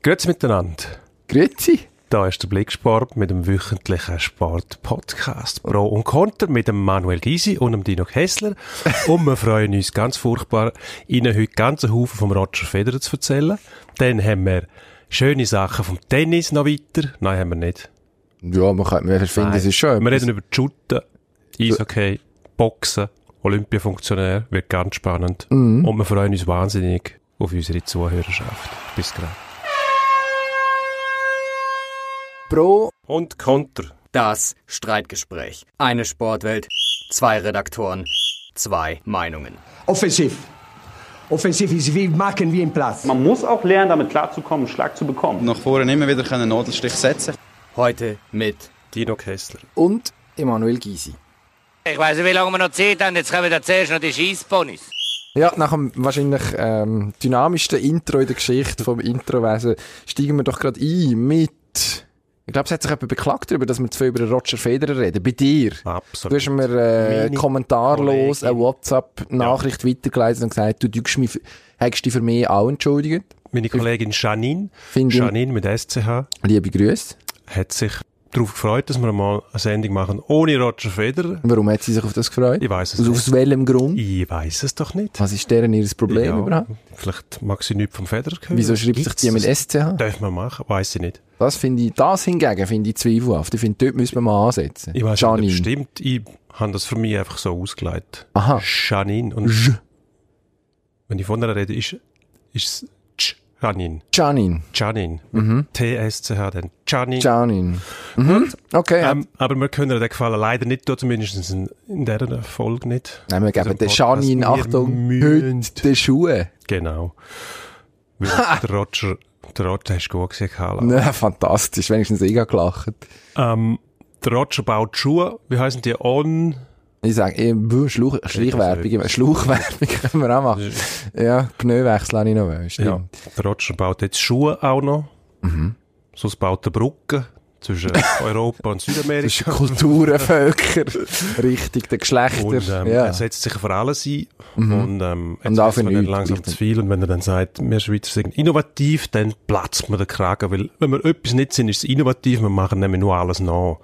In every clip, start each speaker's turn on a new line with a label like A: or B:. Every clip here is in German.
A: Grüezi miteinander.
B: Grüezi.
A: Da ist der Blicksport mit dem wöchentlichen Sport-Podcast Pro und Konter mit dem Manuel Gysi und dem Dino Kessler. Und wir freuen uns ganz furchtbar, Ihnen heute ganzen Haufen vom Roger Federer zu erzählen. Dann haben wir schöne Sachen vom Tennis noch weiter. Nein, haben wir nicht.
B: Ja, man kann, wir finden, es ist schön.
A: Wir reden über die Shooten, Eishockey, Boxen, Olympiafunktionär. Wird ganz spannend. Und wir freuen uns wahnsinnig auf unsere Zuhörerschaft. Bis gleich.
C: Pro
A: Und Konter.
C: das Streitgespräch. Eine Sportwelt, zwei Redaktoren, zwei Meinungen.
D: Offensiv. Offensiv ist wie machen wie im Platz.
E: Man muss auch lernen, damit klarzukommen, einen Schlag zu bekommen.
F: nach vorne immer wieder einen Nadelstich setzen
C: Heute mit
A: Dino Kessler.
B: Und Emanuel Gysi.
G: Ich weiß nicht, wie lange wir noch Zeit haben. Jetzt kommen da zuerst noch die Scheissponys.
B: Ja, nach dem wahrscheinlich ähm, dynamischsten Intro in der Geschichte vom Introwesen steigen wir doch gerade ein mit... Ich glaube, es hat sich jemand beklagt darüber, dass wir zu viel über Roger Federer reden. Bei dir. Du hast
A: Absolut.
B: mir äh,
A: Meine
B: kommentarlos
A: Kollegin.
B: eine WhatsApp-Nachricht weitergeleitet und gesagt, du dügst mich, hast dich für mich auch entschuldigt.
A: Meine Kollegin Janine,
B: Finde ich-
A: Janine mit SCH,
B: Liebe Grüße.
A: hat sich darauf gefreut, dass wir mal eine Sendung machen ohne Roger Federer.
B: Warum hat sie sich auf das gefreut?
A: Ich weiß es
B: Also
A: nicht.
B: aus welchem Grund?
A: Ich weiß es doch nicht.
B: Was ist deren ihr Problem
A: Ja,
B: überhaupt?
A: Vielleicht mag sie nichts vom Federer hören.
B: Wieso schreibt sich
A: Gibt's
B: die mit
A: das?
B: SCH?
A: Darf man machen? Weiß ich nicht.
B: Das finde ich, das hingegen finde ich zweifelhaft. Ich finde, dort müssen wir mal ansetzen.
A: Ich weiß nicht, ob
B: Janine.
A: das stimmt. Ich habe das für mich einfach so ausgelegt.
B: Aha.
A: Janine und Wenn ich von einer rede, ist, ist es Janine.
B: Janine.
A: Janine. T-S-C-H dann. Janine.
B: Mhm. Janine. Mhm. Okay.
A: Ähm, aber wir können den Gefallen leider nicht tun, zumindest in, in dieser Folge nicht.
B: Nein, wir geben
A: unserem
B: der
A: also Podcast.
B: Janine,
A: Wir
B: Achtung, heute
A: müssen-
B: die Schuhe.
A: Genau. Weil der Roger, der Roger hast du gut gesehen, Carla.
B: Na, fantastisch. Wenigstens ich habe gelacht.
A: Ähm, der Roger baut Schuhe, wie heißen die? On,
B: Ich sage, eh, buh, Schluch, Schleichwerbung, Schluchwerbung können wir auch machen. Ja, Pneuwechsel habe ich noch. wollen, Stimmt.
A: ja. Der Roger baut jetzt Schuhe auch noch. Sonst baut er Brücken zwischen Europa und
B: Das ist
A: Südamerika.
B: Kulturen, Völker, Richtung der Geschlechter.
A: Und ähm,
B: ja. Mhm.
A: er setzt sich für alles ein. Und, ähm, jetzt
B: Und
A: wird's
B: auch für
A: mir dann
B: nichts,
A: langsam
B: bitte.
A: zu viel. Und wenn er dann sagt, wir Schweizer sind innovativ, dann platzt mir der Kragen. Weil wenn wir etwas nicht sind, ist es innovativ. Wir machen nämlich nur alles nach.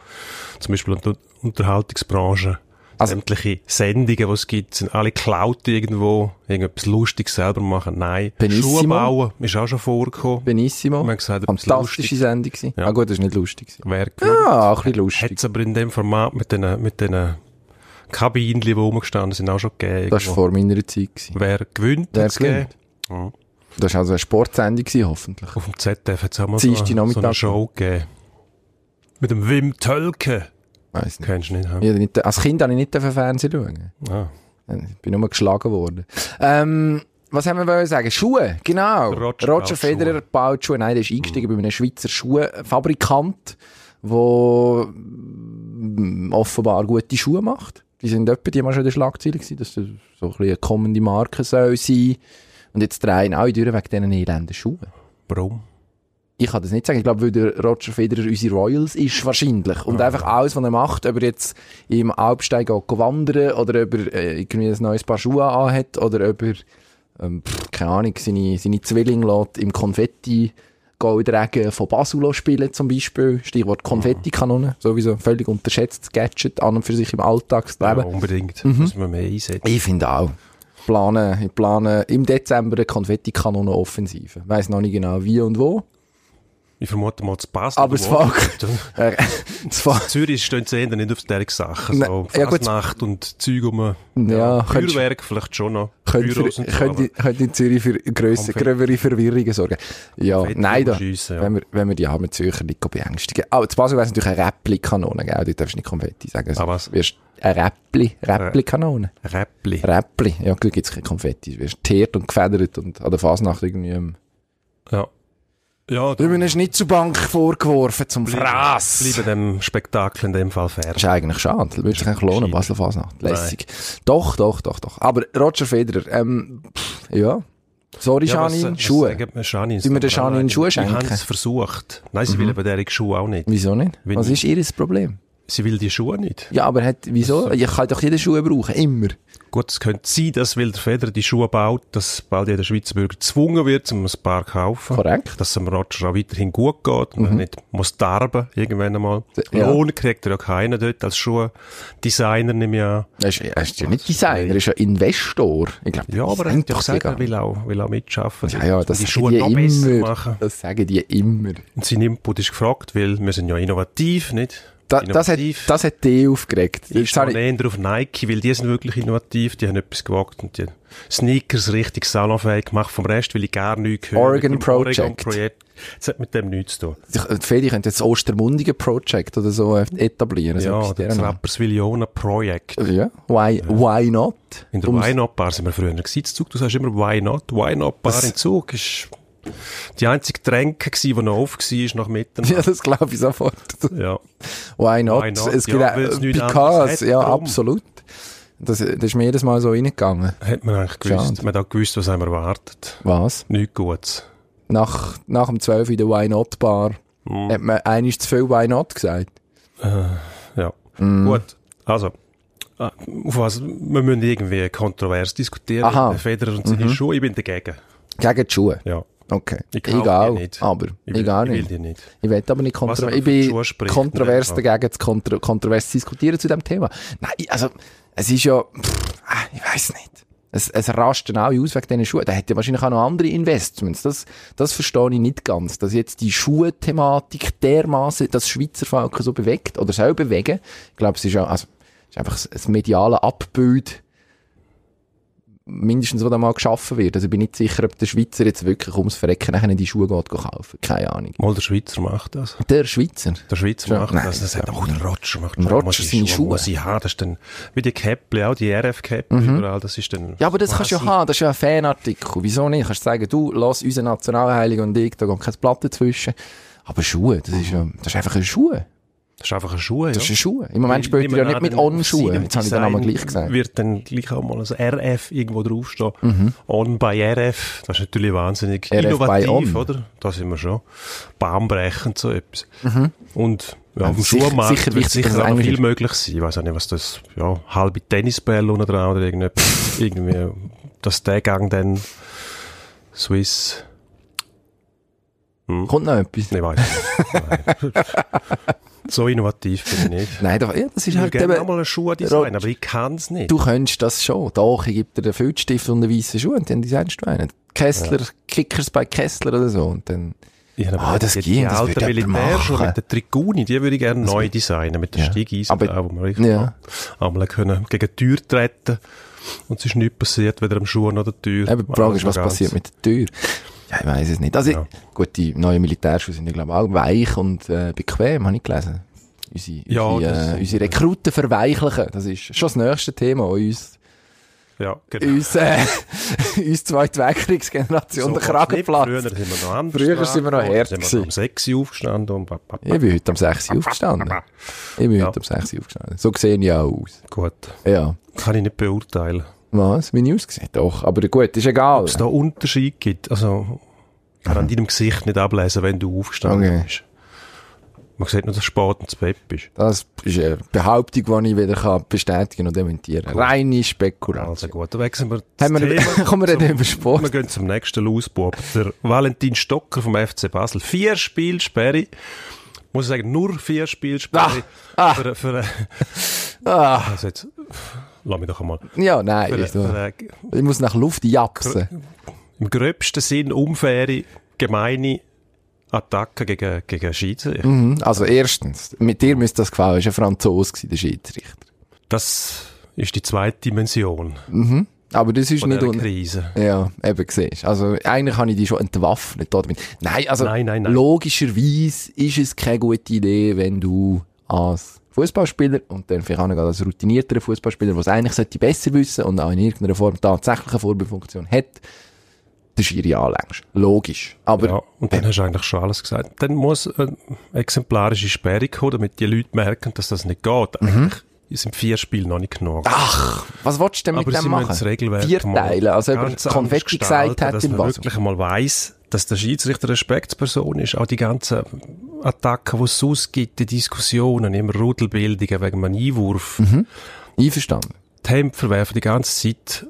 A: Zum Beispiel in der Unterhaltungsbranche.
B: Also-
A: Sämtliche Sendungen, die es gibt, sind alle geklaut irgendwo. Irgendetwas lustig selber machen. Nein.
B: Benissimo.
A: Schuhe bauen ist auch schon vorgekommen.
B: Benissimo.
A: Wir haben gesagt, ob es
B: Fantastische
A: lustig-
B: Sendung gewesen. Ah gut, das war nicht lustig. gewesen.
A: Werk.
B: Ja, auch ein
A: Hat
B: bisschen lustig.
A: es aber in dem Format mit den, mit den Kabinen, die rumgestanden sind, auch schon gegeben.
B: Das war
A: irgendwo.
B: vor meiner Zeit. Gewesen.
A: Wer gewinnt,
B: Wer
A: hat's gegeben.
B: gewinnt? Das war also eine Sportsendung, gewesen, hoffentlich.
A: Auf dem ZDF hat es auch mal so,
B: Dienstag
A: eine- so eine
B: Nachmittag.
A: Show gegeben. Mit dem Wim Tölke.
B: Weiss nicht.
A: Kennst du nicht, hä?
B: Ich hab nicht. Als Kind habe ich nicht dürfen Fernsehen schauen. Äh,
A: Ah.
B: Ich bin nur geschlagen worden. Ähm, was haben wir wollen sagen? Schuhe, genau.
A: Roger Mhm.
B: Roger,
A: baut
B: Federer
A: Schuhe.
B: baut Schuhe. Nein, der ist eingestiegen bei einem Schweizer Schuhfabrikant, wo mm, offenbar gute Schuhe macht. Die sind etwa, die haben schon in der Schlagzeile gewesen, dass das so ein bisschen eine kommende Marke soll sein. Und jetzt drehen alle durch wegen diesen elenden Schuhen.
A: Warum?
B: Ich kann das nicht sagen. Ich glaube, weil der Roger Federer unsere Royals ist, wahrscheinlich. Und einfach alles, was er macht, ob er jetzt im Alpsteig auch wandern oder ob er äh, irgendwie ein neues Paar Schuhe anhat oder ob er, ähm, pff, keine Ahnung, seine, seine Zwillinge lässt im Konfetti Goldregen von Basulo spielen zum Beispiel. Stichwort Konfettikanone. Sowieso ein völlig unterschätztes Gadget an und für sich im
A: Ja,
B: Alltagsleben.
A: unbedingt. Müssen wir mehr einsetzen.
B: Mhm. Ich finde auch. Ich plane, ich plane im Dezember eine Konfettikanone-Offensive. Weiss noch nicht genau wie und wo.
A: Ich vermute mal, zu Basel.
B: Aber es
A: wo-
B: folgt-
A: Du-
B: Äh, das war
A: Zürich stehen sie eher nicht auf solche Sachen.
B: Nein,
A: So
B: ja, gut. Hm.
A: Fasnacht und Zeug um.
B: Ja, könntest-
A: Feuerwerk vielleicht schon noch.
B: Könnte, für,
A: Büros und so,
B: könnte, könnte in Zürich für grösse,
A: Konfetti.
B: gröbere Verwirrungen sorgen. Ja,
A: Konfetti
B: nein, da,
A: schiessen, ja.
B: wenn, wir, wenn wir die armen Zürcher nicht beängstigen. Aber zu Basel wäre es natürlich eine Räppli-Kanone, gell? Dort darfst du nicht Konfetti sagen. Also,
A: Ah, was?
B: Wirst eine Räppli, Räppli-Kanone.
A: aber Räppli.
B: Räppli, ja, da gibt es kein Konfetti. Du wirst teert und gefedert und an der Fasnacht irgendwie... ähm,
A: Ja. Ja,
B: Du hast nicht zur Bank vorgeworfen, zum Frass.
A: bleiben dem Spektakel in dem Fall fair.
B: Das ist eigentlich schade. Würde sich eigentlich lohnen,
A: Scheiter.
B: Basler Fasnacht. Lässig. Doch, doch, doch, doch. Aber Roger Federer, ähm, pff, ja. Sorry,
A: Ja, was- äh,
B: Janine,
A: was
B: Schuhe.
A: sagen wir Janine?
B: Tun wir der Janine Schuhe
A: Ich
B: schenken? Mhm.
A: habe es versucht. Nein, sie will eben deren Schuhe auch nicht.
B: Wieso nicht?
A: Wenn
B: Was
A: ich-
B: ist ihr Problem?
A: Sie will die Schuhe nicht.
B: Ja, aber hat, wieso? Ich kann doch jeden Schuh brauchen, immer.
A: Gut, es könnte sein, dass, weil der Federer die Schuhe baut, dass bald jeder Schweizer Bürger gezwungen wird, um ein paar zu kaufen.
B: Korrekt. Mhm.
A: Dass es dem Roger auch weiterhin gut geht und er nicht muss darben irgendwann einmal.
B: Ja.
A: Lohn kriegt er ja keinen dort als Schuhdesigner, nehme ich an.
B: Er ist, er ist ja nicht Designer, er ist ja Investor. Ich glaube,
A: Ja,
B: das
A: aber er
B: sind
A: hat ja
B: doch
A: gesagt,
B: die
A: er
B: gar-
A: will auch, will auch mitschaffen.
B: ja, ja,
A: dass
B: das
A: die
B: sagen
A: Schuhe
B: die
A: noch besser
B: immer.
A: machen.
B: Das sagen die immer.
A: Und sein Input ist gefragt, weil wir sind ja innovativ, nicht?
B: Da, das, hat,
A: Innovativ.
B: das hat die aufgeregt.
A: Ich
B: Jetzt habe
A: schaue
B: ich,
A: eher auf Nike, weil die sind wirklich innovativ, die haben etwas gewagt und die Sneakers richtig salonfähig gemacht. Vom Rest will ich gar nichts hören.
B: Oregon
A: Mit dem
B: Project.
A: Oregon Projekt. Das hat mit dem nichts zu tun.
B: die Fedi könnte jetzt das Ostermundigen Project oder so äh, etablieren. so
A: ja,
B: etwas
A: das
B: deren-
A: Rapperswil-Jona Projekt.
B: ja. Why, why not? Um-
A: In der
B: Um's-
A: Why Not Bar sind wir früher gewesen. Zug, du sagst immer Why Not? Why Not Bar in Zug ist die einzige Tränke gewesen, die noch auf war nach Mitternacht.
B: ja, das glaube ich sofort.
A: Ja.
B: Why not?
A: Why not?
B: Es gibt
A: Ja,
B: auch,
A: weil es nichts anderes
B: because,
A: hat,
B: ja,
A: drum.
B: absolut. Das, das ist mir jedes Mal so reingegangen.
A: Hat man eigentlich gewusst.
B: Schade.
A: Man hat auch gewusst, was einem erwartet.
B: Was?
A: Nichts Gutes.
B: Nach, nach dem 12 in der Why Not Bar
A: Hm.
B: hat man einiges zu viel Why Not gesagt.
A: Ja.
B: Mhm.
A: Gut, also. äh, Auf was, wir müssen irgendwie kontrovers diskutieren.
B: Aha. Mhm.
A: Der Federer und seine Schuhe, ich bin dagegen.
B: Gegen die Schuhe.
A: Ja.
B: Okay.
A: Ich kaufe
B: Egal.
A: die nicht.
B: Aber,
A: Ich will,
B: egal
A: ich will
B: nicht.
A: die nicht.
B: Ich will aber nicht
A: Was aber
B: kontrovers.
A: für
B: Ich
A: die
B: bin
A: Schuhe spricht,
B: kontrovers
A: in dem
B: dagegen, zu kontro kontrovers zu diskutieren zu diesem Thema. Nein, ich- also, es ist ja, pff, ah, ich weiß nicht. Es, es rasten alle aus wegen diesen Schuhen. Da hätte ja wahrscheinlich auch noch andere Investments. Das, das verstehe ich nicht ganz. Dass jetzt die Schuhe-Thematik dermaßen das Schweizer Falken so bewegt oder soll bewegen. Ich glaube, es ist ja, also, es ist einfach ein mediales Abbild mindestens, was da mal geschaffen wird. Also ich bin nicht sicher, ob der Schweizer jetzt wirklich ums Verrecken nachher die Schuhe geht kaufen. Keine Ahnung.
A: Mal der Schweizer macht das.
B: Der Schweizer.
A: Der Schweizer
B: Ja,
A: macht
B: nein,
A: das. Das sagt auch der Roger macht
B: Im
A: schon
B: Roger
A: mal die
B: seine Schuhe.
A: Muss ich haben. Das ist dann, wie die Käppli, auch die RF-Käppli überall. Das ist dann.
B: Mhm. Ja, aber das kannst du ja haben, das ist ja ein Fanartikel. Wieso nicht? Kannst du sagen, du, lass unseren Nationalheiligen und ich, da geht kein Blatt dazwischen. Aber Schuhe, das ist, ja, das ist einfach ein Schuh.
A: Das ist einfach ein Schuh.
B: Das
A: ja.
B: ist ein Schuh. Im Moment
A: Ich
B: spielt er ja
A: nehme
B: nicht
A: an,
B: mit
A: dann auf
B: On-Schuhen.
A: seinem
B: Jetzt habe ich den Namen
A: Design
B: gleich gesagt.
A: Wird dann gleich auch mal ein RF irgendwo draufstehen. On by RF. Das ist natürlich wahnsinnig
B: RF by
A: innovativ,
B: On.
A: oder? Da sind wir schon. Bahnbrechend, so etwas. Und ja, auf dem
B: Mhm. sicher-
A: Schuhmarkt
B: sicher
A: wird
B: wichtig, dass es
A: sicher auch noch
B: eigentlich
A: viel
B: ist.
A: möglich sein. Ich weiß auch nicht, was das, ja, halbe Tennisbälle unten dran oder irgendetwas. irgendwie, dass der Gang dann Swiss,
B: Kommt noch etwas?
A: ich weiß nicht. Nein. So innovativ bin ich nicht.
B: Nein, doch, ja, das ist
A: Ich würde
B: halt
A: gerne auch
B: eben,
A: mal einen Schuh designen, aber ich kann es nicht.
B: du könntest das schon. Doch, ich gebe dir den Filzstift und einen weißen Schuh und dann designst du einen. Kessler, Kickers bei Kessler oder so. Und dann,
A: Ja, aber
B: Ah, das
A: die,
B: ging,
A: die
B: das
A: alten
B: würde jemand
A: Militärschuhe
B: machen.
A: mit der Triguni, die würde ich gerne neu designen, mit der
B: Ja.
A: Stiegeisen,
B: Aber-
A: da, wo man richtig
B: ja.
A: einmal können gegen die Tür treten und es ist nichts passiert, weder am Schuh noch der Tür. Also
B: Eben, die Frage ist, was
A: Alles
B: passiert mit der Tür? Ja, ich weiß es nicht. Also,
A: Ja.
B: gut, die neuen Militärschuhe sind ja, glaube ich, auch weich und äh, bequem, habe ich gelesen. Unsere,
A: Ja, das
B: unsere,
A: sind-
B: äh, unsere Rekruten verweichlichen, das ist schon das nächste Thema, das uns,
A: Ja, genau.
B: uns, äh, uns zweite Weltkriegsgeneration der Kragen
A: Früher
B: platzt.
A: sind wir noch anders.
B: Früher sind wir noch
A: angekommen,
B: hart
A: sind wir
B: gewesen.
A: um 6 Uhr aufgestanden und bap, bap, bap.
B: Ich bin heute um 6 Uhr aufgestanden. Ich bin heute um 6 Uhr aufgestanden. So sehe ich auch aus.
A: Gut,
B: Ja.
A: kann ich nicht beurteilen.
B: Was? Wie ich ausgesehen? Doch. Aber gut, ist egal.
A: Ob es da Unterschied gibt, also ich kann
B: Mhm.
A: an deinem Gesicht nicht ablesen, wenn du aufgestanden
B: Okay.
A: bist. Man sieht nur, dass du spät ins Bett bist.
B: Das ist eine Behauptung, die ich wieder kann bestätigen und dementieren kann. Reine Spekulation.
A: Also gut, dann wechseln wir das
B: Haben wir
A: Thema.
B: über, kommen wir reden über
A: Wir
B: Sport?
A: gehen zum nächsten Lausbub. Der Valentin Stocker vom FC Basel. Vier Spielsperre. Muss ich sagen, nur vier Spielsperre.
B: Ah, ah.
A: Für, für, Also jetzt, lass mich doch einmal.
B: Ja, nein,
A: Für,
B: ich, tu-
A: für, äh,
B: ich muss nach Luft japsen.
A: Im gröbsten Sinn unfaire, gemeine Attacke gegen, gegen Schiedsrichter.
B: Mhm. Also erstens, mit dir müsste das gefallen, ist ein Franzose gewesen, der Schiedsrichter.
A: Das ist die zweite Dimension
B: Aber das ist
A: von
B: nicht
A: dieser
B: un...
A: Krise.
B: Ja, eben, siehst Also eigentlich habe ich die schon entwaffnet. Damit. Nein, also
A: Nein, nein, nein.
B: logischerweise ist es keine gute Idee, wenn du als Fußballspieler und dann vielleicht auch noch als routinierterer Fußballspieler, der es eigentlich sollte besser wissen und auch in irgendeiner Form tatsächlich eine Vorbildfunktion hat, den Schiri anlängst. Logisch. Aber
A: Ja, und dann hast du eigentlich schon alles gesagt. Dann muss eine exemplarische Sperre kommen, damit die Leute merken, dass das nicht geht. Eigentlich sind vier Spiele noch nicht genug.
B: Mhm. Ach, was willst du denn
A: Aber
B: mit
A: sie
B: dem
A: müssen
B: machen?
A: das Regelwerk
B: Vier
A: mal
B: Teile, also über
A: ganz anders
B: Konfetti
A: gestalten,
B: gesagt hat
A: dass
B: in
A: man
B: Basel.
A: wirklich einmal weiss, dass der Schiedsrichter Respektsperson ist. Auch die ganzen Attacken, die es
B: Mhm.
A: sonst gibt, die Diskussionen, immer Rudelbildungen wegen einem Einwurf.
B: Einverstanden.
A: das Hemd verwerfen die ganze Zeit,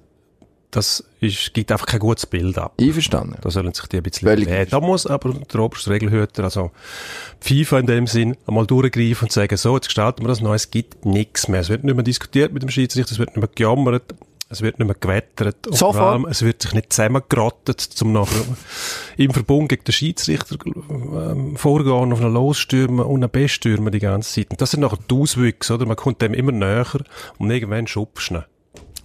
A: das ist, gibt einfach kein gutes Bild ab.
B: Einverstanden.
A: Da sollen sich die ein bisschen
B: Völlig
A: wehren. Da muss aber der oberste Regelhüter, also die FIFA in dem Sinn, einmal durchgreifen und sagen, so, jetzt gestalten wir das neu, es gibt nichts mehr. Es wird nicht mehr diskutiert mit dem Schiedsrichter, es wird nicht mehr gejammert, es wird nicht mehr gewettert. Und
B: Sofort.
A: vor allem, es wird sich nicht zusammengerottet, um nachher im Verbund gegen den Schiedsrichter ähm, vorgehen, auf ihn losstürmen und ihn bestürmen die ganze Zeit. Und das sind nachher die Auswüchse, oder? Man kommt dem immer näher und irgendwann schubst du ihn.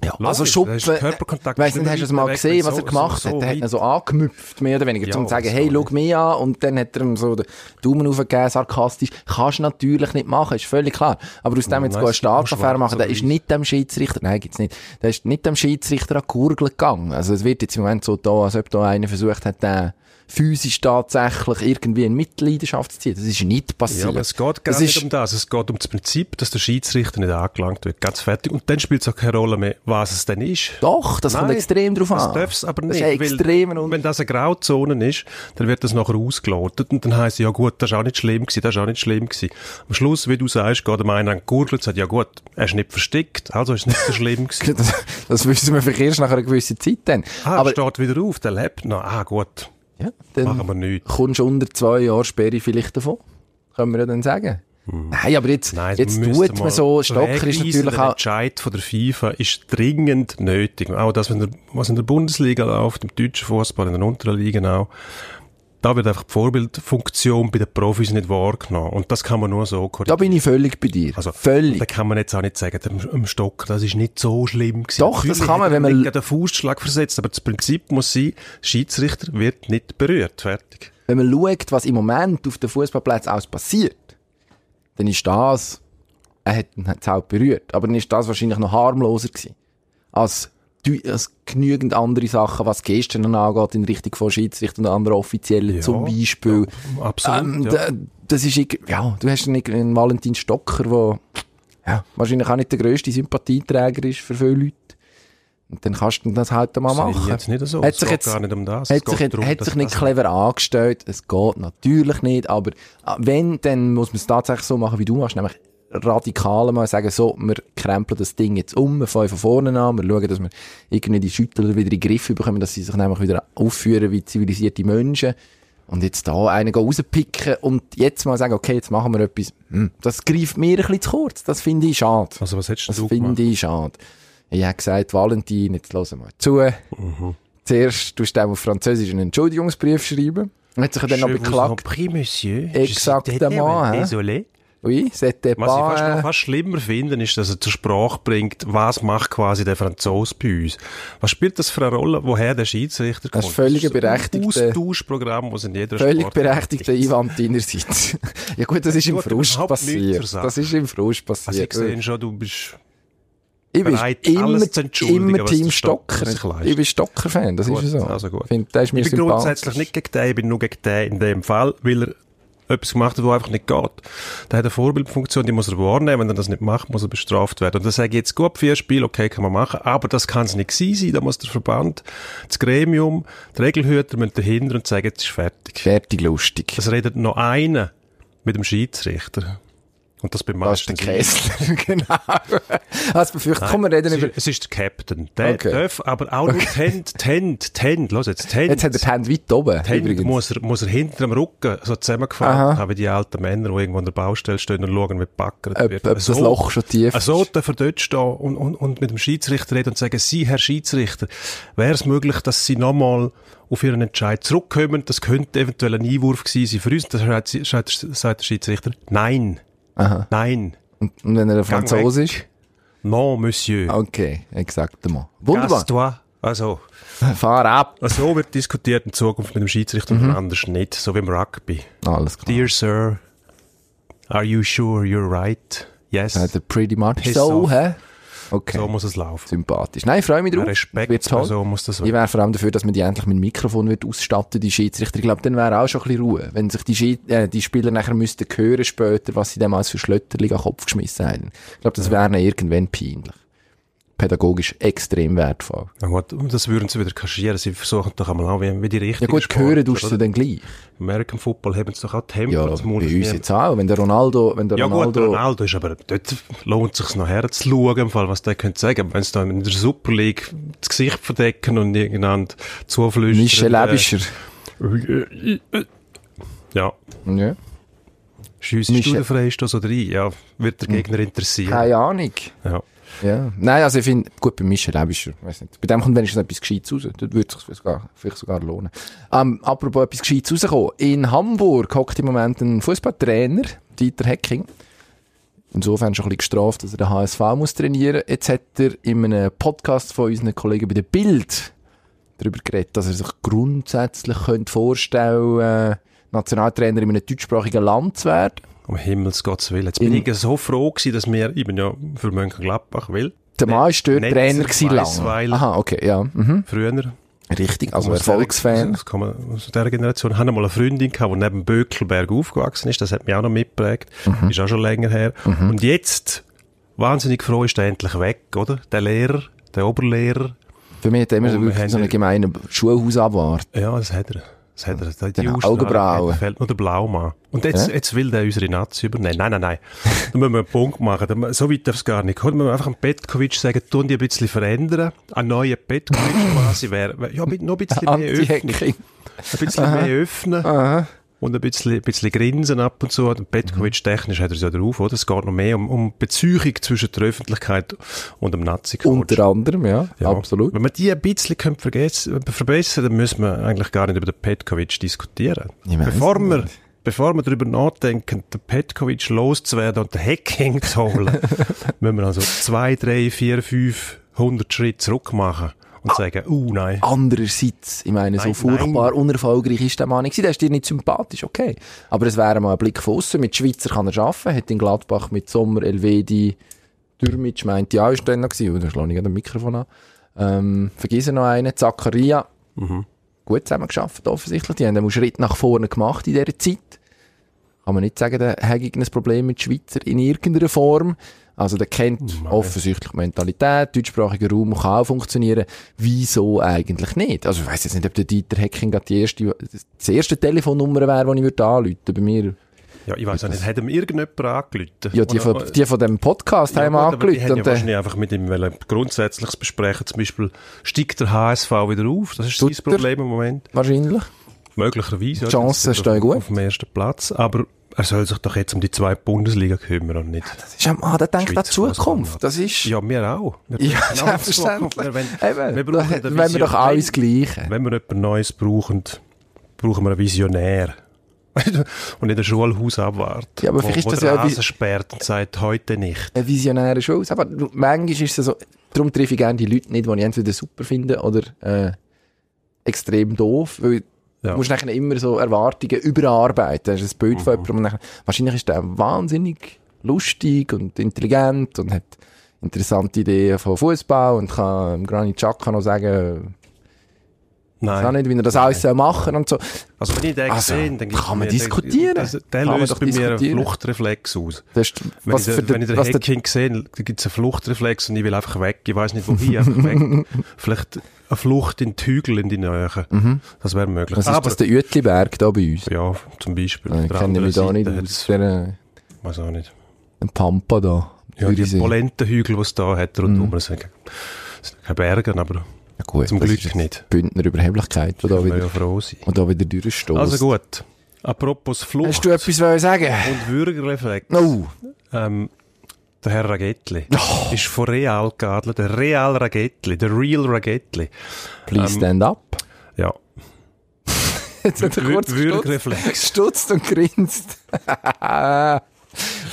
B: Ja,
A: logisch,
B: also Schuppen,
A: da ist Körperkontakt
B: weiss nicht,
A: nicht
B: hast du es
A: weit
B: mal
A: weg, wenn
B: gesehen, was
A: so-
B: er gemacht
A: so- so
B: hat? also Er hat ihn
A: weit-
B: so angemüpft, mehr oder weniger,
A: Ja,
B: um zu sagen,
A: das
B: hey,
A: kann
B: schau mich an. Und dann hat er ihm so den Daumen hochgegeben, sarkastisch. Kannst du natürlich nicht machen, ist völlig klar. Aber aus dem jetzt
A: Nein,
B: eine
A: es gibt nur
B: Staatsaffäre machen, der
A: schwarz
B: ist
A: oder
B: nicht dem Schiedsrichter, nein, gibt's nicht, der ist nicht dem Schiedsrichter an die Gurgel gegangen. Also es wird jetzt im Moment so da, als ob da einer versucht hat, den physisch tatsächlich irgendwie in Mitleidenschaft zu ziehen. Das ist nicht passiert.
A: Ja, aber es geht gar
B: Das
A: nicht
B: ist-
A: um das. Es geht um das Prinzip, dass der Schiedsrichter nicht angelangt wird. Ganz fertig. Und dann spielt es auch keine Rolle mehr, was es denn ist.
B: Doch, das kommt
A: Nein,
B: extrem drauf
A: das
B: an.
A: darf es aber
B: Das
A: nicht.
B: ist ein
A: weil
B: extremer Unterschied.
A: wenn das eine Grauzone ist, dann wird das nachher ausgelotet und dann heisst es, ja gut, das ist auch nicht schlimm gewesen, das ist auch nicht schlimm gewesen. Am Schluss, wie du sagst, geht der Mann an die Gurgel und sagt, ja gut, er ist nicht versteckt, also ist es nicht so schlimm gewesen.
B: Das, das wissen wir vielleicht erst nach einer gewissen Zeit dann.
A: Ah,
B: aber Ähm,
A: er steht wieder auf, der lebt noch. Ah gut,
B: ja, dann
A: machen wir nichts.
B: kommst du unter zwei Jahre Sperre vielleicht davon. Können wir ja dann sagen. Nein, aber jetzt,
A: Hm. Nein,
B: jetzt
A: wir
B: tut
A: müssen
B: man
A: mal
B: so, Stocker ist
A: wegweisen,
B: natürlich
A: Der
B: auch...
A: Entscheid von der FIFA ist dringend nötig. Auch das, wenn der, was in der Bundesliga läuft, im deutschen Fußball, in der unteren Liga auch, da wird einfach die Vorbildfunktion bei den Profis nicht wahrgenommen. Und das kann man nur so
B: Da
A: korrigieren.
B: bin ich völlig bei dir.
A: Also, Da
B: völlig.
A: kann man jetzt auch nicht sagen, dem, dem Stocker, das ist nicht so schlimm gewesen.
B: Doch, das
A: Natürlich
B: kann man,
A: hat er
B: wenn man-
A: nicht gegen den Faustschlag versetzt, aber das Prinzip muss sein, der Schiedsrichter wird nicht berührt. Fertig.
B: Wenn man schaut, was im Moment auf den Fußballplätzen alles passiert, dann ist das... Er hat ihn jetzt auch berührt. Aber dann ist das wahrscheinlich noch harmloser gewesen. Als, dü- als genügend andere Sachen, was Gesten angeht, in Richtung von Schiedsrichter und anderen Offiziellen
A: Ja,
B: zum Beispiel.
A: Absolut.
B: Ähm,
A: ja.
B: da- Das ist, irgendwie- ja, du hast einen, einen Valentin Stocker, der ja, wahrscheinlich auch nicht der grösste Sympathieträger ist für viele Leute. Und dann kannst du das halt mal
A: sehe ich
B: machen.
A: jetzt nicht so.
B: Hat
A: Es
B: sich
A: geht
B: jetzt,
A: gar nicht um das. Es
B: Hat
A: geht
B: sich, jetzt,
A: darum,
B: hat
A: dass
B: sich nicht
A: das-
B: clever angestellt. Es geht natürlich nicht. Aber ah, wenn, dann muss man es tatsächlich so machen, wie du machst. Nämlich radikal mal sagen, so, wir krempeln das Ding jetzt um, wir fangen von vorne an, wir schauen, dass wir irgendwie die Schüttler wieder in den Griff bekommen, dass sie sich nämlich wieder aufführen wie zivilisierte Menschen. Und jetzt da einen gehen rauspicken und jetzt mal sagen, okay, jetzt machen wir etwas. Hm, das greift mir ein bisschen zu kurz. Das finde ich schade.
A: Also was hättest
B: Das
A: du gemacht?
B: finde ich schade. Ich habe gesagt, Valentin, jetzt hören wir zu.
A: Mhm.
B: Zuerst tust du dem auf Französisch einen Entschuldigungsbrief schreiben. Und hat sich dann noch
A: Je vous en
B: beklagt.
A: prie, monsieur.
B: Exactement,
A: Je
B: hein?
A: suis désolé.
B: Oui, c'était
A: Was ich fast, noch
B: pas...
A: fast schlimmer finde, ist, dass er zur Sprache bringt, was macht quasi der Franzose bei uns? Was spielt das für eine Rolle, woher der Schiedsrichter kommt?
B: Das ist völlig
A: ein
B: berechtigte-
A: Austauschprogramm, das in jeder
B: äh, Völlig
A: Sportart
B: berechtigter Einwand deinerseits. ja gut, das ist im
A: Gut,
B: Frust
A: überhaupt nichts zur
B: passiert.
A: Sache.
B: Das ist im Frust
A: Also ich
B: passiert.
A: sehe schon, du bist...
B: ich bin
A: bereit,
B: immer,
A: alles zu entschuldigen,
B: immer
A: was
B: Team
A: der Stocker
B: Stocker.
A: sich leistet.
B: Ich bin Stocker-Fan, das
A: Gut,
B: ist ja so.
A: also gut.
B: Find, der ist mir
A: Ich bin
B: sympathisch.
A: grundsätzlich nicht gegen den, ich bin nur gegen den in dem Fall, weil er etwas gemacht hat, was einfach nicht geht. Der hat eine Vorbildfunktion, die muss er wahrnehmen. Wenn er das nicht macht, muss er bestraft werden. Und das sage ich jetzt gut, vier Spiele, okay, kann man machen, aber das kann es nicht gewesen sein. Da muss der Verband, das Gremium, die Regelhüter müssen dahinter und sagen, jetzt ist fertig.
B: Fertig lustig.
A: Es redet noch einer mit dem Schiedsrichter. Und das bin
B: Das ist der
A: meistens ich.
B: Kessler, genau. Hast befürchtet, komm, wir reden
A: es,
B: über...
A: ist- es ist der Captain. Der
B: Okay.
A: darf aber auch nur Tent, Tent, Tent, los jetzt, Tent.
B: Jetzt hat er die Hände weit oben,
A: Die Hände
B: übrigens.
A: muss er, muss er hinter dem Rücken so zusammengefallen haben, wie die alten Männer, die irgendwo an der Baustelle stehen und schauen, wie gebackert
B: ob,
A: wird.
B: ob das Loch schon tief ist.
A: Also darf er dort stehen und, und, und mit dem Schiedsrichter reden und sagen, Sie, Herr Schiedsrichter, wäre es möglich, dass Sie nochmal auf Ihren Entscheid zurückkommen? Das könnte eventuell ein Einwurf gewesen sein für uns. Dann sagt, sie- sagt, sagt der Schiedsrichter, nein, nein,
B: Und, und wenn er ein
A: Gang
B: Franzose ist?
A: weg. non, Monsieur,
B: Okay, exakt. mal. Ah, Wunderbar.
A: casse-toi. Also,
B: Fahr ab.
A: so wird diskutiert in Zukunft mit dem Schiedsrichter
B: Mhm.
A: und anders nicht, so wie im Rugby.
B: Alles klar.
A: Dear sir, are you sure you're right? Yes.
B: Sagt er pretty much
A: Piss
B: so,
A: off.
B: hä? Okay.
A: So muss es laufen.
B: Sympathisch. Nein, ich freue mich drauf. Wird toll.
A: Respektperson muss das
B: Ich
A: sein.
B: wäre vor allem dafür, dass man die endlich mit dem Mikrofon wird ausstatten, die Schiedsrichter. Ich glaube, dann wäre auch schon ein bisschen Ruhe, wenn sich die, Schied äh, die Spieler nachher müssten hören später, was sie dem als für Schlötterling an den Kopf geschmissen haben. Ich glaube, das wäre ihnen irgendwann peinlich. pädagogisch extrem wertvoll.
A: Na gut, und das würden sie wieder kaschieren. Sie versuchen doch einmal an, wie, wie die
B: Ja
A: richtigen
B: gut,
A: Sportler,
B: gehören tust du
A: oder?
B: dann gleich.
A: American Football haben sie doch auch Tempo
B: Ja, bei
A: zum Mund.
B: uns jetzt auch. Wenn der Ronaldo, wenn der
A: Ja gut,
B: Ronaldo,
A: der Ronaldo ist aber, dort lohnt es sich noch herzuschauen, im Fall, was der könnte sagen. Wenn sie da in der Super League das Gesicht verdecken und irgendein zuflüstern.
B: Michel Ebischer.
A: Äh, ja,
B: Ja.
A: schiessen
B: Michel- Hm.
A: Studienfreistoß oder rein, ja, wird der Gegner interessieren.
B: Keine Ahnung.
A: Ja.
B: Ja. Nein, also ich finde, gut, bei Michel Ebischer, weiß nicht. Bei dem kommt wenigstens etwas Gescheites raus. Dort würde es sich sogar, vielleicht sogar lohnen. Ähm, apropos etwas Gescheites rauskommen. In Hamburg hockt im Moment ein Fußballtrainer, Dieter Hecking. Insofern schon ein bisschen gestraft, dass er den HSV muss trainieren muss. Jetzt hat er in einem Podcast von unseren Kollegen bei der Bild darüber geredet, dass er sich grundsätzlich könnte vorstellen könnte, Nationaltrainer in einem deutschsprachigen Land zu werden.
A: Um Himmels Gottes Willen. Jetzt bin
B: In-
A: ich so froh gewesen, dass wir, ich bin ja für Mönchengladbach, weil
B: Der Mann ist dort
A: Netzer,
B: Trainer gewesen lang.
A: Weisweiler.
B: Aha, okay, ja. Mhm.
A: früher,
B: Richtig, also
A: Aus dieser-
B: Erfolgsfan.
A: Das kann man aus dieser Generation. Ich hatte mal eine Freundin, gehabt, die neben Bökelberg aufgewachsen ist. Das hat mich auch noch mitgeprägt.
B: Mhm.
A: Ist auch schon länger her. Und jetzt, wahnsinnig froh, ist der endlich weg, oder? Der Lehrer, der Oberlehrer.
B: Für mich hat er immer
A: Und
B: so
A: Oh, wir
B: wirklich so
A: haben-
B: eine gemeine Schulhausabwart.
A: Ja, das hat er. Das hat er. Das hat die
B: Genau,
A: Ausstrahlung.
B: Augenbrauen.
A: Hat- Fehlt nur der Blaumann. Und jetzt,
B: Ja.
A: jetzt will der unsere Nazi übernehmen. Nein, nein, nein. da müssen wir einen Punkt machen. Da mü- So weit darf es gar nicht. Können wir einfach einen Petkovic sagen, tun die ein bisschen verändern. Ein neuer Petkovic quasi wäre, wär- ja, mit noch ein bisschen mehr Öffnung.
B: Anti-Hacking.
A: ein bisschen mehr öffnen und ein bisschen, ein bisschen grinsen ab und zu. Und Petkovic
B: Mhm.
A: technisch hat er es ja drauf, oder? Es geht noch mehr um, um Beziehung zwischen der Öffentlichkeit und dem nazi
B: Unter anderem, ja, absolut.
A: Wenn man die ein bisschen könnte vergessen, verbessern dann müssen wir eigentlich gar nicht über den Petkovic diskutieren.
B: Ich weiss
A: Bevor
B: nicht.
A: wir, bevor wir darüber nachdenken, den Petkovic loszuwerden und den Hacking zu holen, müssen wir also zwei, drei, vier, fünf, hundert Schritte zurück machen
B: Ah.
A: und sagen, uh, nein.
B: Andererseits, ich meine, so
A: Nein,
B: furchtbar unerfolgreich ist der Mann nicht gewesen. Der ist dir nicht sympathisch, okay. Aber es wäre mal ein Blick von aussen. Mit Schweizer kann er arbeiten. Hat in Gladbach mit Sommer, Elvedi, Dürmitsch, meinte ja, ist dann noch gewesen. Oh, Da schlage ich gerade ein Mikrofon an. Ähm, vergiss noch einen. Zakaria.
A: Mhm.
B: Gut zusammengearbeitet, offensichtlich. Die haben einen Schritt nach vorne gemacht in dieser Zeit. Kann man nicht sagen, der hat ein Problem mit Schweizer in irgendeiner Form. Also der kennt offensichtlich die Mentalität, deutschsprachiger Raum kann auch funktionieren. Wieso eigentlich nicht? Also ich weiss jetzt nicht, ob der Dieter Hecking gerade die erste, das erste Telefonnummer wäre, die ich würde anrufen würde. Bei mir,
A: Ja, ich weiß auch nicht, hat ihm irgendjemand angelüht?
B: ja, die von, die von dem Podcast haben
A: gut, aber die
B: angerufen.
A: haben ja
B: und, äh,
A: wahrscheinlich einfach mit ihm wollen Grundsätzliches besprechen. Zum Beispiel steigt der HSV wieder auf. Das ist sein
B: Tut er?
A: Problem im Moment.
B: wahrscheinlich.
A: Möglicherweise. ja,
B: Chancen
A: das ist
B: stehen
A: auf,
B: gut.
A: Auf dem ersten Platz. Aber er soll sich doch jetzt um die zwei Bundesliga kümmern und nicht.
B: Das ist, ja- ah, der denkt an die
A: Schweizer Fussball, ja.
B: Zukunft. Das ist...
A: Ja, wir auch. Wir
B: Ja,
A: brauchen auch was
B: selbstverständlich.
A: Wir, wollen-
B: Eben,
A: wir
B: da
A: brauchen
B: hätten-
A: eine
B: wollen wir doch
A: Vision.
B: alles Gleiche.
A: Wenn wir jemanden Neues brauchen, brauchen wir einen Visionär. und nicht ein Schulhausabwart.
B: Ja, aber
A: wo,
B: vielleicht ist
A: wo
B: das
A: der
B: ja wie-
A: Rasen sperrt und sagt, heute nicht.
B: ein visionärer Schuss. Aber du- manchmal ist es so, darum treffe ich gerne die Leute nicht, die ich entweder super finde oder äh, extrem doof, weil
A: Ja.
B: du musst nachher immer so Erwartungen überarbeiten. Das ist ein Bild
A: Mhm.
B: von jemandem und nachher, wahrscheinlich ist der wahnsinnig lustig und intelligent und hat interessante Ideen von Fußball und kann dem Granit Xhaka noch sagen, ich weiß auch
A: Nein.
B: nicht, wie er das alles soll machen und so.
A: Also wenn ich den
B: Also,
A: sehe, dann gibt's
B: kann man
A: mir-
B: diskutieren.
A: Der, der
B: Kann man
A: löst
B: doch
A: bei mir einen
B: diskutieren.
A: Fluchtreflex aus.
B: Das ist,
A: Wenn
B: was
A: ich,
B: für
A: den, wenn ich
B: den,
A: den
B: was der,
A: Hacking sehe, da gibt's einen Fluchtreflex und ich will einfach weg. Ich weiß nicht, wohin, einfach weg. Vielleicht eine Flucht in die Hügel, in die Nähe. Das wäre möglich.
B: Mhm. was ist das, der Uetliberg da bei uns?
A: ja, zum Beispiel.
B: Ich
A: Der
B: kenne
A: andere
B: mich da
A: Seite
B: nicht
A: hat's-
B: aus. Der,
A: Weiß auch nicht.
B: der Pampa da.
A: Ja, die
B: Zürichsee.
A: Polentenhügel, die es da hat, rundum.
B: Mhm.
A: Das sind keine Berge, aber
B: Ja, gut,
A: Zum
B: das
A: Glück
B: ist jetzt
A: nicht.
B: Bündner Überheblichkeit, die da
A: wir
B: wieder,
A: ja froh sein.
B: und da wieder durchstoßt.
A: Also gut. Apropos
B: Hast
A: Flucht
B: du etwas wollen sagen?
A: und Würgereflex.
B: No.
A: Ähm, der Herr Ragettli ist von Real geadelt. Der Real Ragettli, der Real Ragettli.
B: Please
A: Ähm,
B: stand up.
A: Ja.
B: Jetzt hat er
A: Wür-
B: kurz gestutzt,
A: Würgereflex.
B: gestutzt und grinst.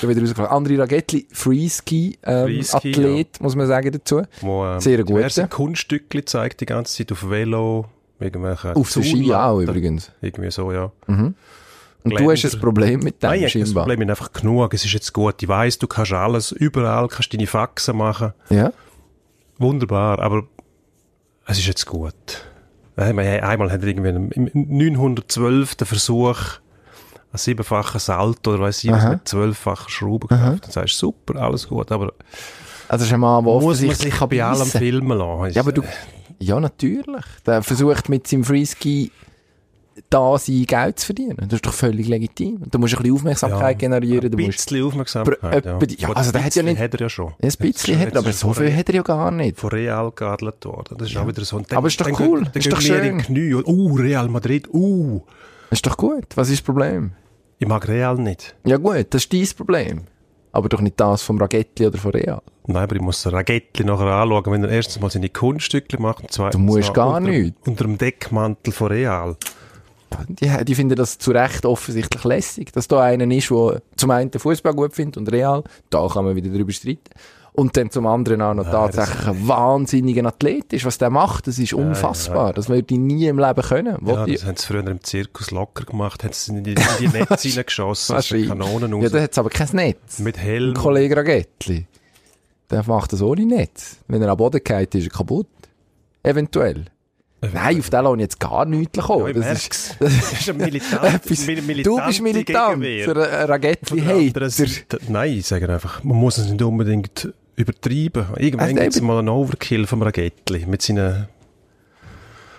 B: Schon wieder rausgefallen. André Ragetti, Freeski, ähm,
A: Freeski,
B: Athlet, muss man sagen dazu.
A: Wo, ähm,
B: Sehr gut,
A: diverse
B: ja.
A: Kunststückchen zeigt die ganze Zeit auf Velo, irgendwelche
B: Auf der Ski
A: Zulatten.
B: auch übrigens.
A: Irgendwie so, ja.
B: Und du
A: Geländer.
B: hast ein Problem mit
A: Nein,
B: dem,
A: Ah, ich habe das
B: scheinbar.
A: Problem ist einfach genug. Es ist jetzt gut. Ich weiss, du kannst alles, überall kannst deine Faxen machen.
B: Ja?
A: Wunderbar, aber es ist jetzt gut. Nein, wir haben- Einmal hat er irgendwie im- im 912. den Versuch einen siebenfachen Salto oder weiss ich was mit zwölffacher Schrauben gekauft. Dann sagst du, super, alles gut, aber
B: Also, es ist ein Mann, der
A: Muss man
B: offensichtlich
A: sich
B: kann
A: bei allem
B: beißen.
A: filmen lassen.
B: Ja, aber du, ja, natürlich. Der versucht mit seinem Freeski da sein Geld zu verdienen. Das ist doch völlig legitim. Du musst ein bisschen Aufmerksamkeit generieren. Du
A: ein
B: musst,
A: bisschen Aufmerksamkeit.
B: Pro- etwa- ja,
A: Gut,
B: also der
A: ein
B: hat ja
A: bisschen
B: nicht-
A: Hat er ja schon.
B: ein bisschen hat, er, aber so viel hat er ja gar nicht.
A: Von Real geadelt worden. Das ist auch wieder so ein
B: Aber ist doch cool.
A: Dann
B: Ist
A: gehen
B: doch
A: wir in
B: schön.
A: die Knie. und, Uh, Real Madrid, uh.
B: Ist doch gut. Was ist das Problem?
A: Ich mag Real nicht.
B: Ja gut, das ist dein Problem. Aber doch nicht das vom Ragetti oder von Real.
A: Nein, aber ich muss den Ragetti nachher anschauen, wenn er erstens mal seine Kunststücke macht und zweitens
B: Du musst
A: noch
B: gar
A: unter,
B: nichts.
A: unter dem Deckmantel von Real.
B: Die, die finden das zu Recht offensichtlich lässig, dass da einer ist, der zum einen den Fußball gut findet und Real, da kann man wieder drüber streiten, und dann zum anderen auch noch tatsächlich ein wahnsinniger Athlet ist. Was der macht, das ist unfassbar. Das würde ich nie im Leben können.
A: Ja,
B: Wollte ich-
A: das haben sie früher im Zirkus locker gemacht, haben sie in die, in die Netze reingeschossen, aus den
B: Wahrscheinlich.
A: Kanonen
B: Ja,
A: raus,
B: da hat aber kein Netz.
A: mit Helm.
B: Ein Kollege Ragetti, der macht das ohne Netz. Wenn er am Boden geht, ist er kaputt. Eventuell. Nein, auf den lasse ich jetzt gar nichts kommen.
A: ich
B: das,
A: merk's.
B: ist, das
A: Das
B: ist
A: ist ein militant,
B: etwas.
A: mil-
B: Du
A: militante
B: bist militant
A: Gegenwehr.
B: für eine Rakete wie
A: Von der
B: Hater.
A: anderen Seite- Nein, ich sage einfach, man muss es nicht unbedingt übertreiben. Irgendwann
B: Also
A: gibt es
B: eben-
A: mal einen Overkill vom Ragettli mit seinen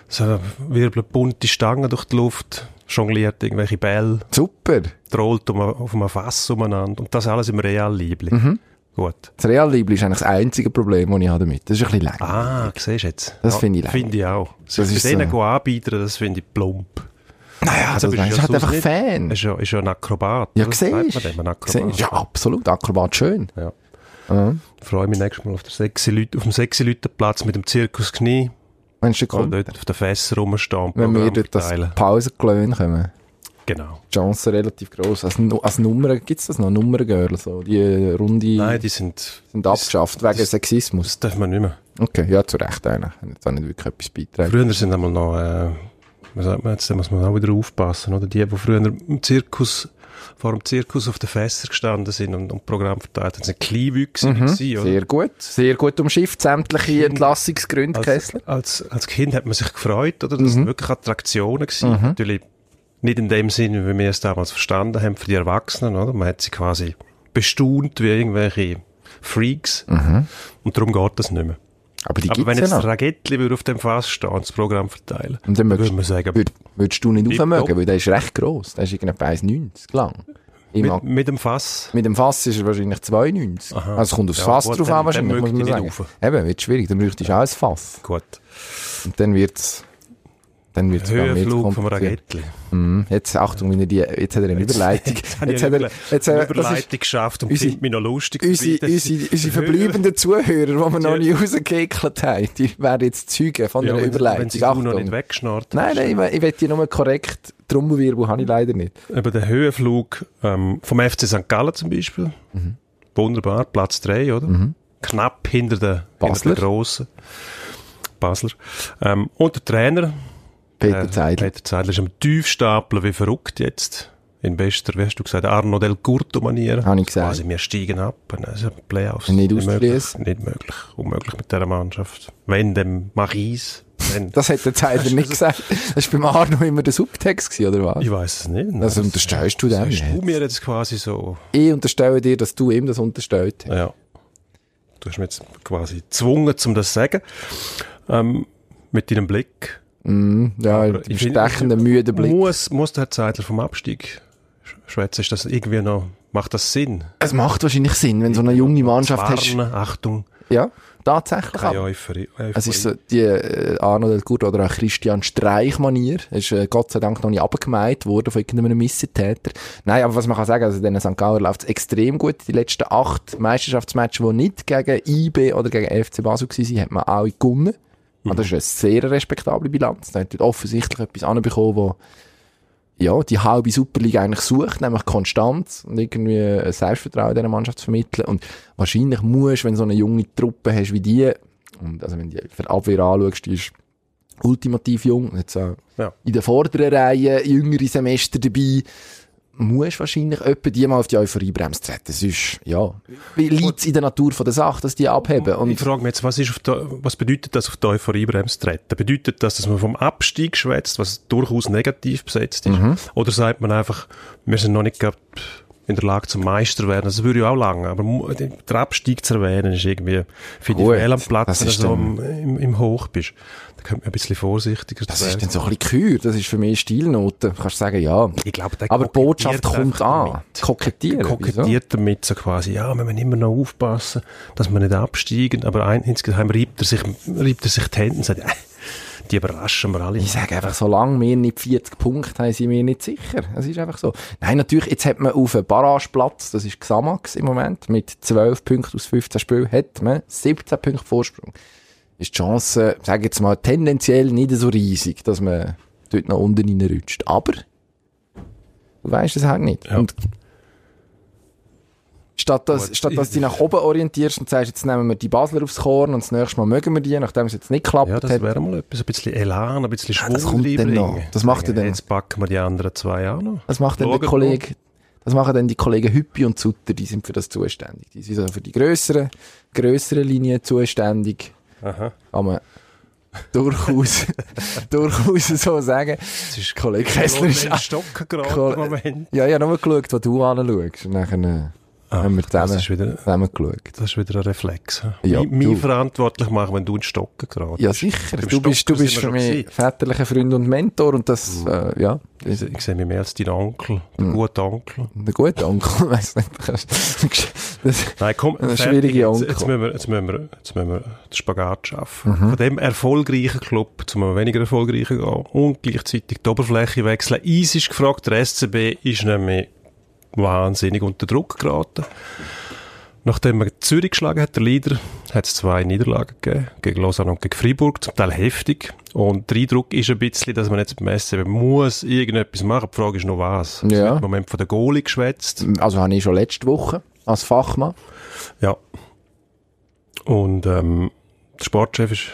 A: so wirbeln bunte Stangen durch die Luft, jongliert irgendwelche Bälle,
B: Super.
A: trollt um, auf einem Fass umeinander und das alles im Real-Liebling.
B: Mhm.
A: Gut.
B: Das Real-Liebling ist eigentlich das einzige Problem, das ich habe damit Das ist ein bisschen länger.
A: Ah, siehst du jetzt?
B: Das
A: Ja,
B: finde ich
A: Finde ich auch. Sich
B: ist
A: bei denen
B: so-
A: so. anbieten, das finde ich plump.
B: naja,
A: Also
B: also,
A: bist
B: das
A: du
B: ist
A: ja
B: halt
A: sonst
B: einfach
A: nicht-
B: Fan.
A: Ist ja, ist ja ein Akrobat.
B: ja,
A: oder?
B: gesehen.
A: Sagt man dem, ein Akrobat.
B: Ja, absolut. Akrobat schön.
A: Ja. Ich freue mich nächstes Mal auf, der sechsi Leute, auf dem sexy Leutenplatz mit dem Zirkus Knie.
B: Wenn du
A: Und
B: kommt,
A: dort auf den Fässer rumstehen.
B: Mhm. wenn wir durch das
A: verteilen.
B: Pausengelöhn kommen,
A: Genau.
B: die Chance relativ groß. Als, Nu- als Nummer gibt es das noch? Nummergirl, so. Die äh, Runde
A: Nein, die sind,
B: sind abgeschafft wegen
A: das
B: Sexismus.
A: darf man nicht mehr.
B: Okay, ja, zu Recht eigentlich. Haben jetzt auch nicht wirklich etwas beitragen.
A: Früher sind einmal noch, äh, was sagt man jetzt, da muss man auch wieder aufpassen, oder? Die, die früher im Zirkus, vor dem Zirkus auf den Fässer gestanden sind und, und Programm verteilt haben, sind kleinwüchsig gewesen, oder?
B: Mhm. Sehr gut. Sehr gut umschifft. Sämtliche Entlassungsgründe,
A: als,
B: Kessler. Mhm.
A: als, als Kind hat man sich gefreut, oder? Das sind wirklich Attraktionen gewesen. Natürlich nicht in dem Sinne, wie wir es damals verstanden haben für die Erwachsenen, oder? Man hat sie quasi bestaunt wie irgendwelche Freaks. Und darum geht das nicht mehr.
B: Aber die
A: Aber
B: gibt
A: wenn
B: es
A: jetzt
B: Mhm. ja
A: das
B: noch.
A: Ragettli würde auf dem Fass stehen und das Programm verteilen,
B: Und dann
A: würde
B: möchtest,
A: man sagen,
B: würd, würdest du nicht
A: Tipptopp.
B: aufmögen, weil der ist recht gross. Der ist irgendwie 1,90 lang. Ich
A: mit,
B: mag,
A: mit dem Fass,
B: mit dem Fass ist er wahrscheinlich 2,90.
A: Aha.
B: Also es kommt aufs
A: Ja,
B: Fass
A: gut,
B: drauf
A: dann-
B: an, wahrscheinlich,
A: dann
B: muss man
A: möchte ich
B: sagen.
A: nicht
B: Eben, wird schwierig. Dann bräuchtest du auch ein Fass.
A: gut,
B: Und dann wird's dann wird's sogar mehr
A: Höhenflug vom
B: kompliziert.
A: Ragettli.
B: Mhm. Jetzt, Achtung, wenn er die, jetzt hat er eine Überleitung.
A: Jetzt
B: Jetzt
A: habe ich
B: hat
A: eine
B: er, jetzt,
A: eine
B: äh, das ist
A: Überleitung geschafft um und
B: unsere-
A: finde mich noch lustig.
B: unsere,
A: dabei.
B: unsere, unsere verbleibenden Zuhörer, die wir noch
A: Die-
B: nie rausgekickelt haben, die werden jetzt Zeugen von
A: Ja,
B: einer
A: wenn- Wenn
B: Überleitung.
A: sie du noch
B: Achtung.
A: nicht weggeschnarrt
B: Nein,
A: hast.
B: nein, ich, we- ich will die nur korrekt. Trommelwirbel habe ich leider nicht.
A: Eben der Höhenflug ähm, vom FC St. Gallen zum Beispiel.
B: Mhm.
A: Wunderbar, Platz 3, oder? Knapp hinter der, hinter
B: Basler.
A: der grossen Basler. Ähm, und der Trainer,
B: Peter
A: äh,
B: Zeidler.
A: Peter Zeidler, ist am Tiefstapeln wie verrückt jetzt. In bester, wie hast du gesagt, Arno Del Curto-Manier.
B: Habe ich gesagt.
A: Quasi, wir steigen ab. Also Playoffs.
B: Nicht
A: möglich,
B: auszuschliessen.
A: nicht möglich. Unmöglich mit dieser Mannschaft. Wenn dem Maris. Wenn,
B: Das hat der Zeidler nicht gesagt. Das war beim Arno immer der Subtext, gewesen, oder was?
A: ich weiß es nicht.
B: Also unterstellst du dem
A: Hast du
B: nicht?
A: mir jetzt quasi so
B: Ich unterstelle dir, dass du ihm das unterstellt hast.
A: Ja. Du hast mich jetzt quasi gezwungen, um das zu sagen. Ähm, mit deinem Blick.
B: Ja, im
A: ich finde-
B: stechenden, müden Blick.
A: Muss, muss der Herr Zeidler vom Abstieg sch- schwätzen? Ist das irgendwie noch, macht das Sinn?
B: Es macht wahrscheinlich Sinn, wenn so eine junge Mannschaft hast.
A: Warnen, Achtung,
B: Ja, tatsächlich.
A: keine
B: aber-
A: Euphorie. Euphorie.
B: Es ist so die äh, Arno Del Curto oder auch Christian Streich-Manier. Ist äh, Gott sei Dank noch nicht abgemeint worden von irgendeinem Missetäter. Nein, aber was man kann sagen, also den St. Gauer läuft es extrem gut. Die letzten acht Meisterschaftsmatches, die nicht gegen IB oder gegen FC Basel waren, hat man alle gewonnen. Und das ist eine sehr respektable Bilanz. Da hat dort offensichtlich etwas anbekommen, wo ja, die halbe Superliga eigentlich sucht, nämlich Konstanz und irgendwie ein Selbstvertrauen dieser Mannschaft zu vermitteln. Und wahrscheinlich musst, wenn du so eine junge Truppe hast wie die, und also wenn du die für die Abwehr anschaust, die ist ultimativ jung, und jetzt auch
A: Ja.
B: in der vorderen Reihe, jüngere Semester dabei, musst wahrscheinlich etwa die mal auf die Euphoriebremse treten. Das ist, ja, liegt es in der Natur von der Sache, dass die abheben.
A: ich
B: Und
A: frage mich jetzt, was, ist auf die, was bedeutet das auf die Euphoriebremse treten? Bedeutet das, dass man vom Abstieg
B: Mhm.
A: schwätzt, was durchaus negativ besetzt ist? Oder sagt man einfach, wir sind noch nicht gerade in der Lage zum Meister werden. Das würde ja auch lange, aber mu- den den Abstieg zu erwähnen, ist irgendwie, finde ich,
B: Gut,
A: fehl am Platz,
B: das
A: wenn du
B: ist
A: so
B: dann-
A: im, im, im Hoch bist. Da könnte man ein bisschen vorsichtiger
B: Das
A: zu
B: ist
A: werden.
B: dann so ein bisschen Kür, das ist für mich Stilnote. Du kannst sagen, ja.
A: Ich glaub, der
B: Aber die Botschaft
A: kokettiert
B: kommt
A: einfach
B: an. Kokettieren. wieso?
A: kokettiert damit so quasi, ja, wir müssen immer noch aufpassen, dass wir nicht absteigen, aber ein, insgeheim reibt er sich, reibt er sich die Hände und sagt, äh, die überraschen wir alle.
B: Ich sage einfach, solange wir nicht 40 Punkte haben, sind wir nicht sicher. Es ist einfach so. Nein, natürlich, jetzt hat man auf einem Barrageplatz, das ist Xamax im Moment, mit 12 Punkten aus 15 Spielen, hat man 17 Punkte Vorsprung. Ist die Chance, sage ich jetzt mal, tendenziell nicht so riesig, dass man dort nach unten reinrutscht. Aber, du weißt es halt nicht.
A: Ja.
B: Und Statt dass,
A: Gut.
B: statt dass du dich nach oben orientierst und sagst, jetzt nehmen wir die Basler aufs Korn und das nächste Mal mögen wir die, nachdem es jetzt nicht klappt
A: Ja,
B: hat,
A: das wäre mal etwas, ein bisschen Elan, ein bisschen Schwung
B: das kommt dann noch.
A: reinbringen.
B: Das macht er dann.
A: Jetzt packen wir die anderen zwei auch noch.
B: Das macht dann der
A: Lagerbock.
B: Kollege, das machen dann die Kollegen Hüppi und Zutter, die sind für das zuständig. Die sind so für die grösseren, grösseren Linien zuständig.
A: Aha.
B: Kann man durchaus, durchaus so sagen. Das ist Kollege Kessler ist
A: Ein Stocken gerade
B: Kohl-
A: im Moment. Ah,
B: Ja, ja, nur geschaut, wo du anschaust. Und dann äh, haben wir
A: Das
B: zusammen,
A: ist wieder,
B: zusammen geschaut.
A: das ist wieder ein Reflex.
B: Ja,
A: Ja, mich
B: du.
A: verantwortlich machen, wenn du einen Stocken gerade
B: Ja, sicher.
A: Beim
B: Du bist, du
A: Stocken sind
B: bist
A: wir
B: für
A: schon
B: mich
A: gewesen. Uh.
B: väterlicher Freund und Mentor und das, äh, ja,
A: Ich se- ich sehe mich mehr als dein Onkel, der
B: Mhm.
A: gute Onkel.
B: ein guter Onkel, weiss nicht. du kannst- das-
A: Nein, komm,
B: Ein
A: fertig.
B: schwieriger
A: jetzt,
B: Onkel.
A: jetzt, müssen wir, jetzt, müssen wir, jetzt müssen wir den Spagat schaffen. Von dem erfolgreichen Club zu einem weniger erfolgreichen gehen und gleichzeitig die Oberfläche wechseln. Eis ist gefragt, der SCB ist nämlich wahnsinnig unter Druck geraten. Nachdem man Zürich geschlagen hat, der Leader, hat es zwei Niederlagen gegeben, gegen Lausanne und gegen Freiburg, zum Teil heftig. Und der Eindruck ist ein bisschen, dass man jetzt beim SCB muss irgendetwas machen. Die Frage ist noch was. Es
B: Ja.
A: wird Im Moment von der Goalie geschwätzt.
B: Also habe ich schon letzte Woche als Fachmann.
A: Ja. Und ähm, der Sportchef ist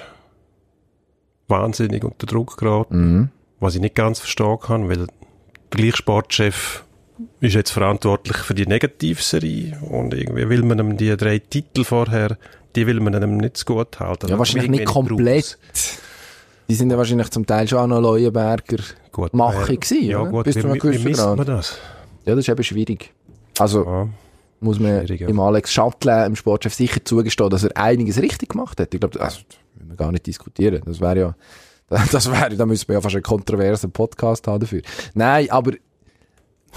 A: wahnsinnig unter Druck geraten,
B: Mhm.
A: was ich nicht ganz verstehen kann, weil der gleiche Sportchef ist jetzt verantwortlich für die Negativserie und irgendwie will man ihm die drei Titel vorher, die will man ihm nicht zu gut halten.
B: Ja, wahrscheinlich nicht
A: Irgendwie
B: komplett. Die sind ja wahrscheinlich zum Teil schon auch noch Leuenberger.
A: draus. Gut,
B: Mache
A: äh,
B: gewesen,
A: Ja
B: oder?
A: gut,
B: Bis
A: wie,
B: zu einem
A: wie
B: gewissen
A: misst
B: Grad.
A: man das?
B: Ja, das ist eben schwierig. Also
A: Ja.
B: muss man
A: schwierig, ja.
B: dem Alex Schattle, dem Sportchef, sicher zugestehen, dass er einiges richtig gemacht hat. Ich glaube, das also, das müssen wir gar nicht diskutieren. Das wäre ja, das wäre, da müssen wir ja fast einen kontroversen Podcast haben dafür. Nein, aber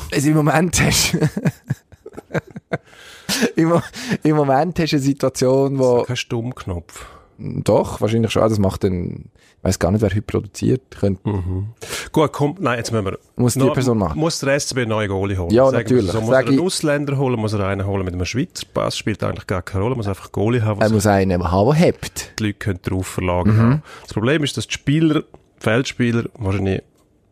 B: es im Moment hast Im, Mo- Im Moment hast du eine Situation,
A: Das
B: wo
A: ist kein Stummknopf.
B: Doch, wahrscheinlich schon. Ah, Das macht dann, ich weiß gar nicht, wer heute produziert. Könnte,
A: Gut, komm, nein, jetzt müssen wir.
B: Muss die
A: Noch-
B: Person machen.
A: Muss der SCB einen neuen Goalie holen?
B: Ja,
A: Sagen wir
B: natürlich.
A: So, muss
B: Sag
A: er einen
B: ich-
A: Ausländer holen, muss er einen holen mit einem Schweizer Pass, spielt eigentlich gar keine Rolle, muss einfach Goalie haben, wo
B: er
A: sich
B: muss einen haben, der hebt.
A: die Leute können drauf
B: mhm.
A: verlagern haben. Das Problem ist, dass die Spieler, die Feldspieler, wahrscheinlich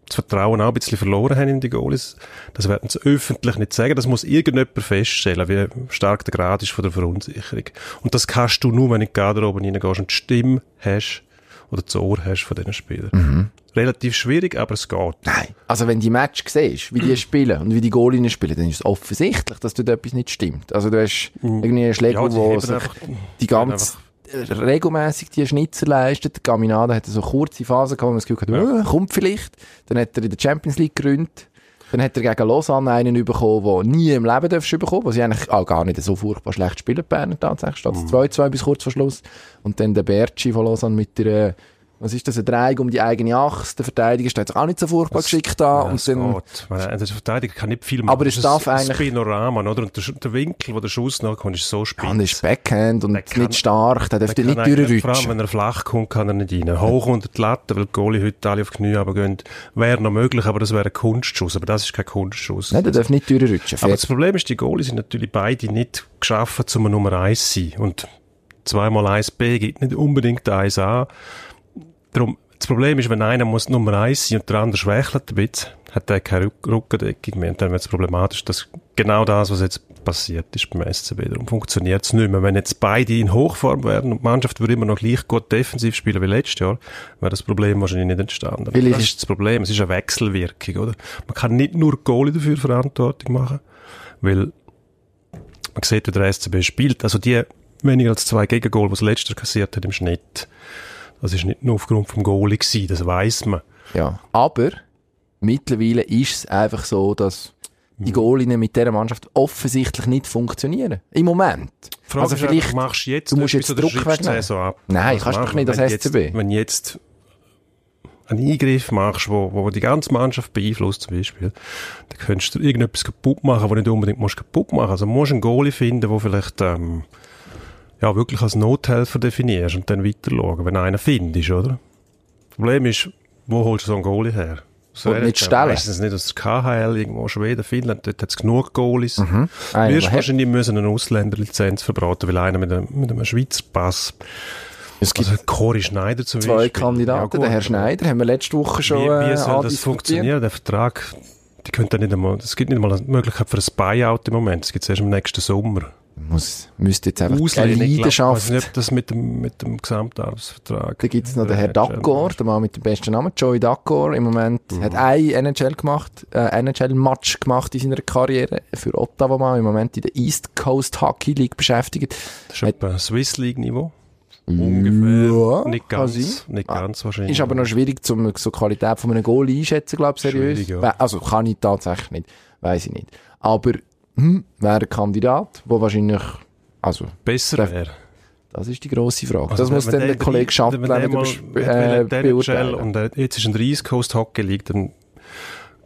A: das Vertrauen auch ein bisschen verloren haben in die Goalies. Das werden sie öffentlich nicht sagen. Das muss irgendjemand feststellen, wie stark der Grad ist von der Verunsicherung. Und das kannst du nur, wenn du in die Garderobe reingehst und die Stimme hast oder das Ohr hast von diesen Spielern.
B: Mhm.
A: Relativ schwierig, aber es geht.
B: Nein. Also, wenn du die Match siehst, wie die spielen und wie die Goalinnen spielen, dann ist es offensichtlich, dass dort etwas nicht stimmt. Also, du hast irgendwie einen Schläger,
A: Mhm. Ja, die
B: wo
A: heben
B: sich
A: einfach-
B: die ganze, regelmäßig die Schnitzer leistet. Gaminada hat so kurze Phasen gehabt, wo man das Gefühl hatte, äh, kommt vielleicht. Dann hat er in der Champions League gegründet. Dann hat er gegen Lausanne einen bekommen, den nie im Leben darfst du bekommen, was sie eigentlich auch gar nicht so furchtbar schlecht spielen, die Berner tatsächlich. Statt
A: Mhm.
B: 2-2 bis kurz vor Schluss. Und dann der Berci von Lausanne mit der, äh, was ist das, ein Dreieck um die eigene Achse. Der Verteidiger steht sich auch nicht so furchtbar geschickt an.
A: Ja,
B: und
A: es
B: dann, ah,
A: geht. äh, Ich meine, der Verteidiger kann nicht viel machen.
B: Aber es
A: ist
B: darf
A: ein
B: eigentlich-
A: Spinorama, oder? Und der, Sch- der Winkel, wo der Schuss nachkommt, ist so spitz.
B: ja, und er ist Backhand und
A: Der kann-
B: nicht stark, der dürfte
A: Der
B: nicht
A: kann eigentlich- Vor allem,
B: durchrutschen.
A: wenn er flach kommt, kann er nicht rein. Hoch unter die Latte, weil die Goalie heute alle auf die Knie runtergehen, wäre noch möglich, aber das wäre ein Kunstschuss. Aber das ist kein Kunstschuss.
B: Nein, der darf nicht
A: aber
B: durchrutschen. Fertig.
A: das Problem ist, die Goalies sind natürlich beide nicht geschaffen, um eine Nummer 1 zu sein. Und zweimal 1B gibt nicht unbedingt 1A. Darum, das Problem ist, wenn einer muss Nummer 1 sein und der andere schwächelt ein bisschen, hat der keine Rück Rückendeckung mehr. Und dann wird es problematisch, dass genau das, was jetzt passiert ist beim SCB, darum funktioniert es nicht mehr. Wenn jetzt beide in Hochform wären und die Mannschaft würde immer noch gleich gut defensiv spielen wie letztes Jahr, wäre das Problem wahrscheinlich nicht entstanden.
B: Vielleicht
A: das
B: ist-
A: ist das Problem. Es ist eine Wechselwirkung, oder? Man kann nicht nur die Goalie dafür Verantwortung machen, weil man sieht, wie der SCB spielt. Also die weniger als zwei Gegengol, die das letzte kassiert hat im Schnitt, das ist nicht nur aufgrund vom Goalie gewesen, das weiß man.
B: Ja. Aber mittlerweile ist es einfach so, dass
A: Mhm.
B: die Goalinen mit dieser Mannschaft offensichtlich nicht funktionieren. Im Moment.
A: Frage also vielleicht machst du jetzt,
B: du musst jetzt
A: etwas oder
B: Druck
A: schreibst die
B: wegnehmen.
A: Saison ab. Also
B: Nein, kannst
A: machen
B: doch nicht
A: wir,
B: als
A: wenn du
B: SCB.
A: Jetzt, wenn du jetzt einen Eingriff machst, wo, wo die ganze Mannschaft beeinflusst zum Beispiel, dann könntest du irgendetwas kaputt machen, was nicht unbedingt musst kaputt machen. Also musst einen Goalie finden, wo vielleicht ähm, ja, wirklich als Nothelfer definierst und dann weiter schauen, wenn du einen findest, oder? Das Problem ist, wo holst du so einen Goalie her? So
B: Und
A: ehrlich
B: nicht
A: gesagt,
B: stellen.
A: Meistens nicht aus der KHL, irgendwo Schweden, Finnland, dort hat es genug Goalies.
B: Mhm. Einer,
A: Du wirst
B: der hat-
A: wahrscheinlich müssen eine Ausländerlizenz verbraten, weil einer mit einem, mit einem Schweizer Pass,
B: Es gibt
A: also Cory Schneider zum
B: zwei
A: Beispiel.
B: Kandidaten.
A: Ja,
B: der
A: gut,
B: Herr Schneider haben wir letzte Woche schon
A: Wie,
B: äh,
A: wie soll das
B: andiskutiert.
A: funktionieren, der Vertrag? Die können da nicht einmal, es gibt nicht einmal eine Möglichkeit für ein Buyout im Moment. Es gibt es erst im nächsten Sommer.
B: Muss, müsste jetzt einfach eine
A: ich glaub, Ich
B: Leidenschaft.
A: weiß nicht, ob das mit dem, mit dem Äh, Gesamtarbeitsvertrag.
B: Da gibt es noch den Herr
A: NHL
B: Dacor, der Mann mit dem besten Namen, Joey Dacor. Im Moment
A: Mhm.
B: hat ein NHL gemacht, äh, NHL-Match gemacht in seiner Karriere für Ottawa mal. Im Moment in der East Coast Hockey League beschäftigt.
A: Das ist etwa Swiss League Niveau.
B: Ungefähr.
A: Nicht ganz, nicht ganz wahrscheinlich.
B: Ah, Ist aber noch schwierig, zum so die Qualität von einem Goal einschätzen, glaube ich, seriös.
A: Schwierig, ja.
B: We- Also kann ich tatsächlich nicht, weiß ich nicht. Aber hm, wäre ein Kandidat, wo wahrscheinlich, also
A: besser wäre.
B: das ist die grosse Frage.
A: Also
B: das muss dann der Kollege Schattler wieder besp- äh,
A: beurteilen.
B: beurteilen.
A: Und äh, jetzt ist ein East Coast Hockey League, dann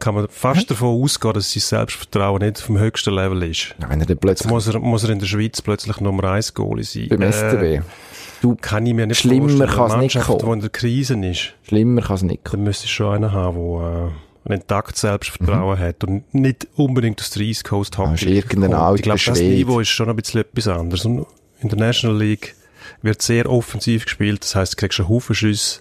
A: kann man fast davon ausgehen, dass sein Selbstvertrauen nicht vom höchsten Level ist.
B: Wenn er dann
A: Jetzt
B: plötzlich
A: muss er, muss er in der Schweiz plötzlich Nummer 1 Goalie sein.
B: beim
A: Äh,
B: SCB, du,
A: kann ich mir nicht
B: Schlimmer
A: vorstellen. Eine
B: kann's nicht
A: Mannschaft,
B: kommen.
A: die in der Krise ist,
B: schlimmer kann es nicht
A: dann
B: kommen.
A: müsste schon einer haben, der äh, ein intaktes Selbstvertrauen hat und nicht unbedingt aus der East Coast Hockey
B: Das Mhm. Ah, ist
A: League
B: irgendein
A: kommt.
B: alter
A: Ich glaube, das
B: Schwede.
A: Niveau ist schon ein bisschen etwas anderes. Und in der National League wird sehr offensiv gespielt, das heisst, du kriegst einen Haufen Schüsse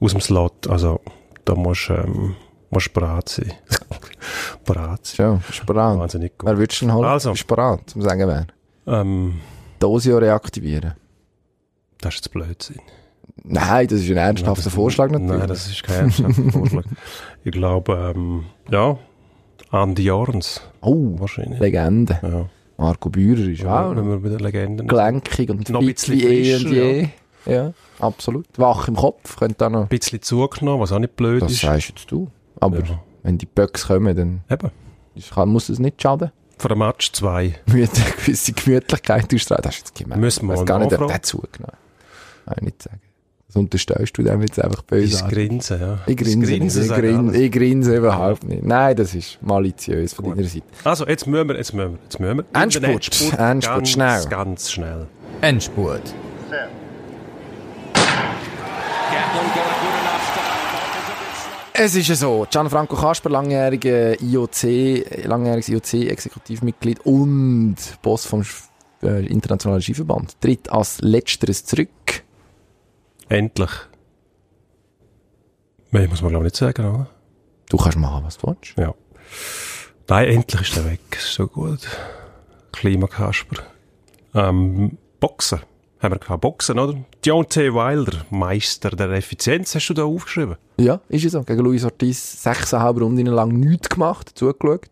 A: aus dem Slot. Also, da musst du ähm, musst bereit sein. bereit sein.
B: Ja, ist bereit.
A: Wahnsinnig gut.
B: Wer würdest du denn holen?
A: Also.
B: Ist bereit, zum sagen wer.
A: Ähm,
B: Dosio reaktivieren.
A: das ist jetzt Blödsinn.
B: Nein, das ist ein ernsthafter
A: das-
B: Vorschlag natürlich.
A: Nein, das ist kein ernsthafter Vorschlag. Ich glaube, ähm, ja, Andy Jorns
B: oh,
A: wahrscheinlich.
B: Legende.
A: Ja.
B: Marco Bührer ist auch
A: wenn wir bei der Legende ein
B: gelenkig und
A: Noch ein
B: fit
A: bisschen
B: wie eh und
A: frischer,
B: je. Ja. absolut. Wach im Kopf, könnte da noch...
A: bisschen zugenommen, was auch nicht blöd
B: Das
A: ist.
B: sagst jetzt du. Aber
A: Ja.
B: wenn die Böcks kommen, dann
A: Eben,
B: ist- kann, muss es nicht schaden.
A: für einen Match zwei.
B: Müde, eine gewisse Gemütlichkeit ausstrahlen. Das ist jetzt gemein.
A: Müssen wir
B: Ich
A: mal
B: weiss gar nicht, ob
A: nachfragen.
B: der zugenommen hat. nicht sagen. Das unterstellst du dem jetzt einfach böse
A: Dein
B: an.
A: Grinsen, ja.
B: Ich
A: Das
B: grinse, nicht, ich,
A: sagt
B: grin,
A: alles.
B: ich grinse überhaupt nicht. Nein, das ist maliziös von deiner Seite.
A: Also, jetzt müssen wir, jetzt müssen wir, jetzt müssen wir.
B: Endspurt,
A: In den Endspurt,
B: Endspurt,
A: ganz,
B: schnell.
A: Ganz schnell.
C: Endspurt.
B: Es ist ja so, Gianfranco Kasper, langjähriger IOC, langjähriges IOC-Exekutivmitglied und Boss vom Sch- äh, Internationalen Skiverband, tritt als Letzteres zurück.
A: Endlich. Mehr muss man glaube ich nicht sagen, oder?
B: Du kannst machen, was du willst.
A: Ja. Nein, endlich ist er weg. Ist so gut. Klimakasper. Ähm, Boxen. Haben wir gehabt. Boxen, oder? Deontay Wilder, Meister der Effizienz, hast du da aufgeschrieben?
B: Ja, ist ja so. Gegen Luis Ortiz 6,5 Runden lang nichts gemacht, zugeschaut.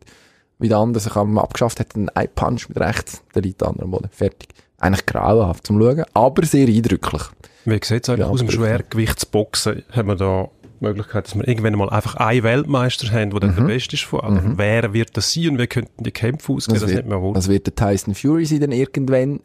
B: Wie der andere sich am abgeschafft hat, einen Eye-Punch mit rechts, der liegt am anderen am Boden. Fertig. Eigentlich grauenhaft zum Schauen, aber sehr eindrücklich.
A: Wie sieht es eigentlich
B: Ja,
A: aus dem
B: prüfen.
A: Schwergewichtsboxen? Haben wir da die Möglichkeit, dass wir irgendwann mal einfach einen Weltmeister haben, der
B: Mhm.
A: dann der Beste ist von allen? Wer wird das sein und wie könnten die Kämpfe aussehen? Das, das nicht mehr wohl.
B: das wird der Tyson Fury sein dann irgendwann.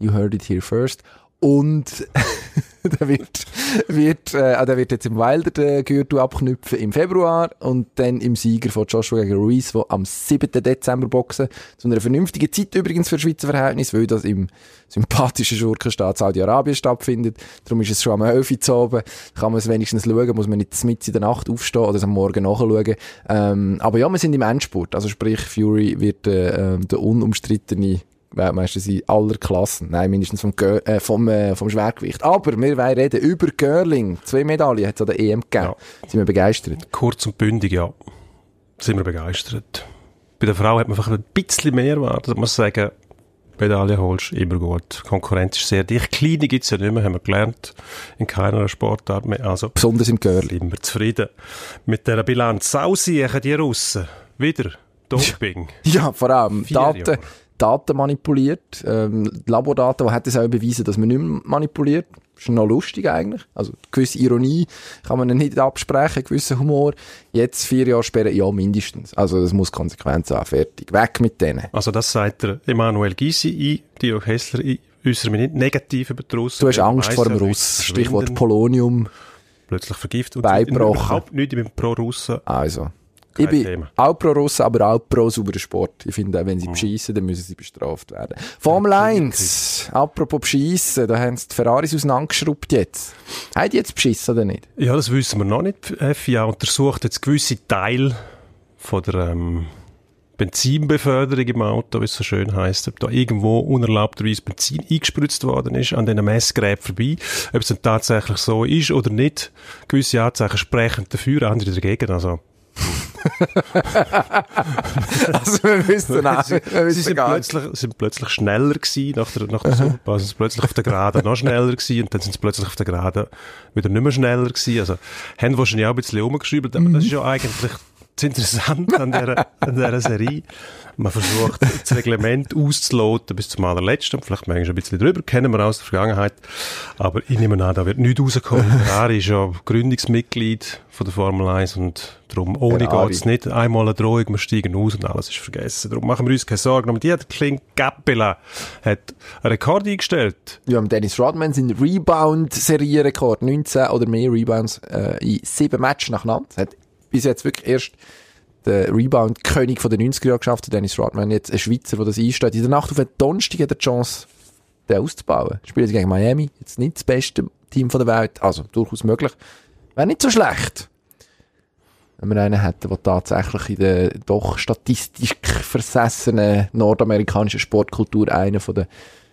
B: You heard it here first. Und der wird, wird, äh, ah, der wird jetzt im Wilder den Gürtel abknüpfen im Februar und dann im Sieger von Joshua gegen Ruiz, der am 7. Dezember boxen. Zu einer vernünftigen Zeit übrigens für Schweizer Verhältnis, weil das im sympathischen Schurkenstaat Saudi-Arabien stattfindet. Darum ist es schon am 11 Uhr zu oben. Kann man es wenigstens schauen, muss man nicht mitten in der Nacht aufstehen oder es am Morgen nachschauen. Ähm, aber ja, wir sind im Endspurt. Also sprich, Fury wird äh, ähm, der unumstrittene Weltmeister sein aller Klassen. Nein, mindestens vom, Gö äh, vom, äh, vom Schwergewicht. Aber wir wollen reden über Görling. Zwei Medaillen hat es an der EM gegeben. Sind wir begeistert.
A: Kurz und bündig, ja. Sind wir begeistert. Bei der Frau hat man einfach ein bisschen mehr erwartet. Man muss sagen, Medaille holst, immer gut. Die Konkurrenz ist sehr dicht. Kleine gibt es ja nicht mehr, haben wir gelernt. In keiner Sportart mehr. Also
B: Besonders im Görling.
A: sind wir zufrieden mit dieser Bilanz. Sausiechen, die Russen. Wieder Doping.
B: Ja, vor allem
A: Vier
B: Daten,
A: Jahre.
B: Daten manipuliert. Ähm, Labordaten, die hätten es auch beweisen, dass man nicht mehr manipuliert. Ist noch lustig eigentlich. Also gewisse Ironie kann man ihnen nicht absprechen, gewissen Humor. Jetzt vier Jahre Sperre, ja mindestens. Also das muss Konsequenzen haben, fertig. Weg mit denen.
A: Also das sagt der Emanuel Gysi ein, Dirk Hessler ein, äußern wir nicht negativ über die Russen.
B: Du hast
A: Wir
B: Angst
A: weiss
B: vor dem
A: ja, wie
B: Russ.
A: sie
B: Stichwort
A: verschwinden,
B: Polonium.
A: Plötzlich vergiftet. Und
B: Beibrochen.
A: überhaupt nichts mit dem Pro-Russen.
B: Also.
A: Kein
B: ich bin
A: Thema. Mhm.
B: auch pro Russen, aber auch pro sauberen Sport. Ich finde, auch wenn sie beschissen, dann müssen sie bestraft werden. Formel 1, apropos beschissen, da haben sie die Ferraris auseinandergeschraubt jetzt. Haben die jetzt beschissen oder nicht?
A: Ja, das wissen wir noch nicht. Die FIA untersucht jetzt gewisse Teile von der ähm, Benzinbeförderung im Auto, wie es so schön heißt, ob da irgendwo unerlaubterweise Benzin eingespritzt worden ist, an diesen Messgeräten vorbei. Ob es dann tatsächlich so ist oder nicht, gewisse Anzeichen sprechen dafür, andere dagegen. Also,
B: Also, wir wissen auch,
A: sie,
B: wir
A: sie
B: wissen
A: sind,
B: gar nicht.
A: plötzlich, sind plötzlich schneller gewesen nach der, nach der Superpause, sind sie plötzlich auf der Geraden noch schneller gewesen und dann sind sie plötzlich auf der Geraden wieder nicht mehr schneller gewesen. Also, haben wahrscheinlich auch ein bisschen rumgeschrieben, aber das ist ja eigentlich das Interessante an dieser, an dieser Serie. Man versucht, das Reglement auszuloten bis zum allerletzten und vielleicht manchmal ein bisschen drüber, kennen wir aus der Vergangenheit. Aber ich nehme an, da wird nichts rauskommen. Ferrari ist ja Gründungsmitglied von der Formel 1 und darum ohne
B: Ferrari.
A: geht's nicht einmal eine Drohung, wir steigen aus und alles ist vergessen. Darum machen wir uns keine Sorgen. Aber die hat Kling Gappela hat einen Rekord eingestellt.
B: Ja, mit Dennis Rodman sind Rebound-Serienrekord. 19 oder mehr Rebounds äh, in sieben Matches nacheinander. Das Hat bis jetzt wirklich erst der Rebound-König von den 90er Jahren geschafft, der Dennis Rodman. Jetzt ein Schweizer, der das einsteht. In der Nacht auf den Donnerstag hat er die Chance, den auszubauen. Spielen sie gegen Miami. Jetzt nicht das beste Team von der Welt. Also, durchaus möglich. Wäre nicht so schlecht. Wenn wir einen hätten, der tatsächlich in der doch statistisch versessenen nordamerikanischen Sportkultur einer von der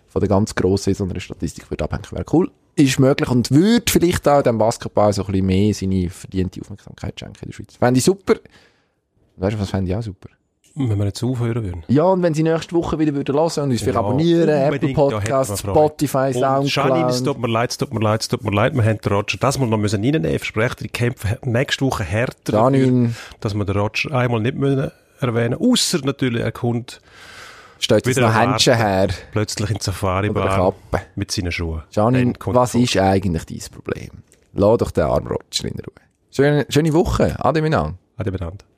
B: von der ganz grossen, sondern eine Statistik würde abhängen, wäre cool. Ist möglich und würde vielleicht auch dem Basketball so ein bisschen mehr seine verdiente Aufmerksamkeit schenken in der Schweiz. Fände ich super. Weißt du, was fände ich auch super?
A: Wenn wir jetzt aufhören würden.
B: Ja, und wenn Sie nächste Woche wieder würden hören und uns vielleicht
A: Ja,
B: abonnieren, Apple
A: unbedingt, da hätten wir
B: Podcasts,
A: Freude.
B: Spotify,
A: Und Janine, es
B: Soundcloud.
A: tut mir leid, es tut mir leid, es tut mir leid. Wir haben den Roger das mal noch müssen reinnehmen. Ich verspreche dir, ich kämpfe hä- nächste Woche härter,
B: Janine.
A: dass wir den Roger einmal nicht müssen erwähnen Außer natürlich, er kommt
B: Stellt jetzt
A: wieder
B: noch Händchen her.
A: plötzlich in die
B: Oder eine
A: Safari-Bar
B: Kappe.
A: mit seinen Schuhen.
B: Janine,
A: Dann kommt
B: was
A: er.
B: ist eigentlich dein Problem? Lass doch den Armrotsch in Ruhe. Schöne, schöne Woche. Ade miteinander.
A: Ade miteinander.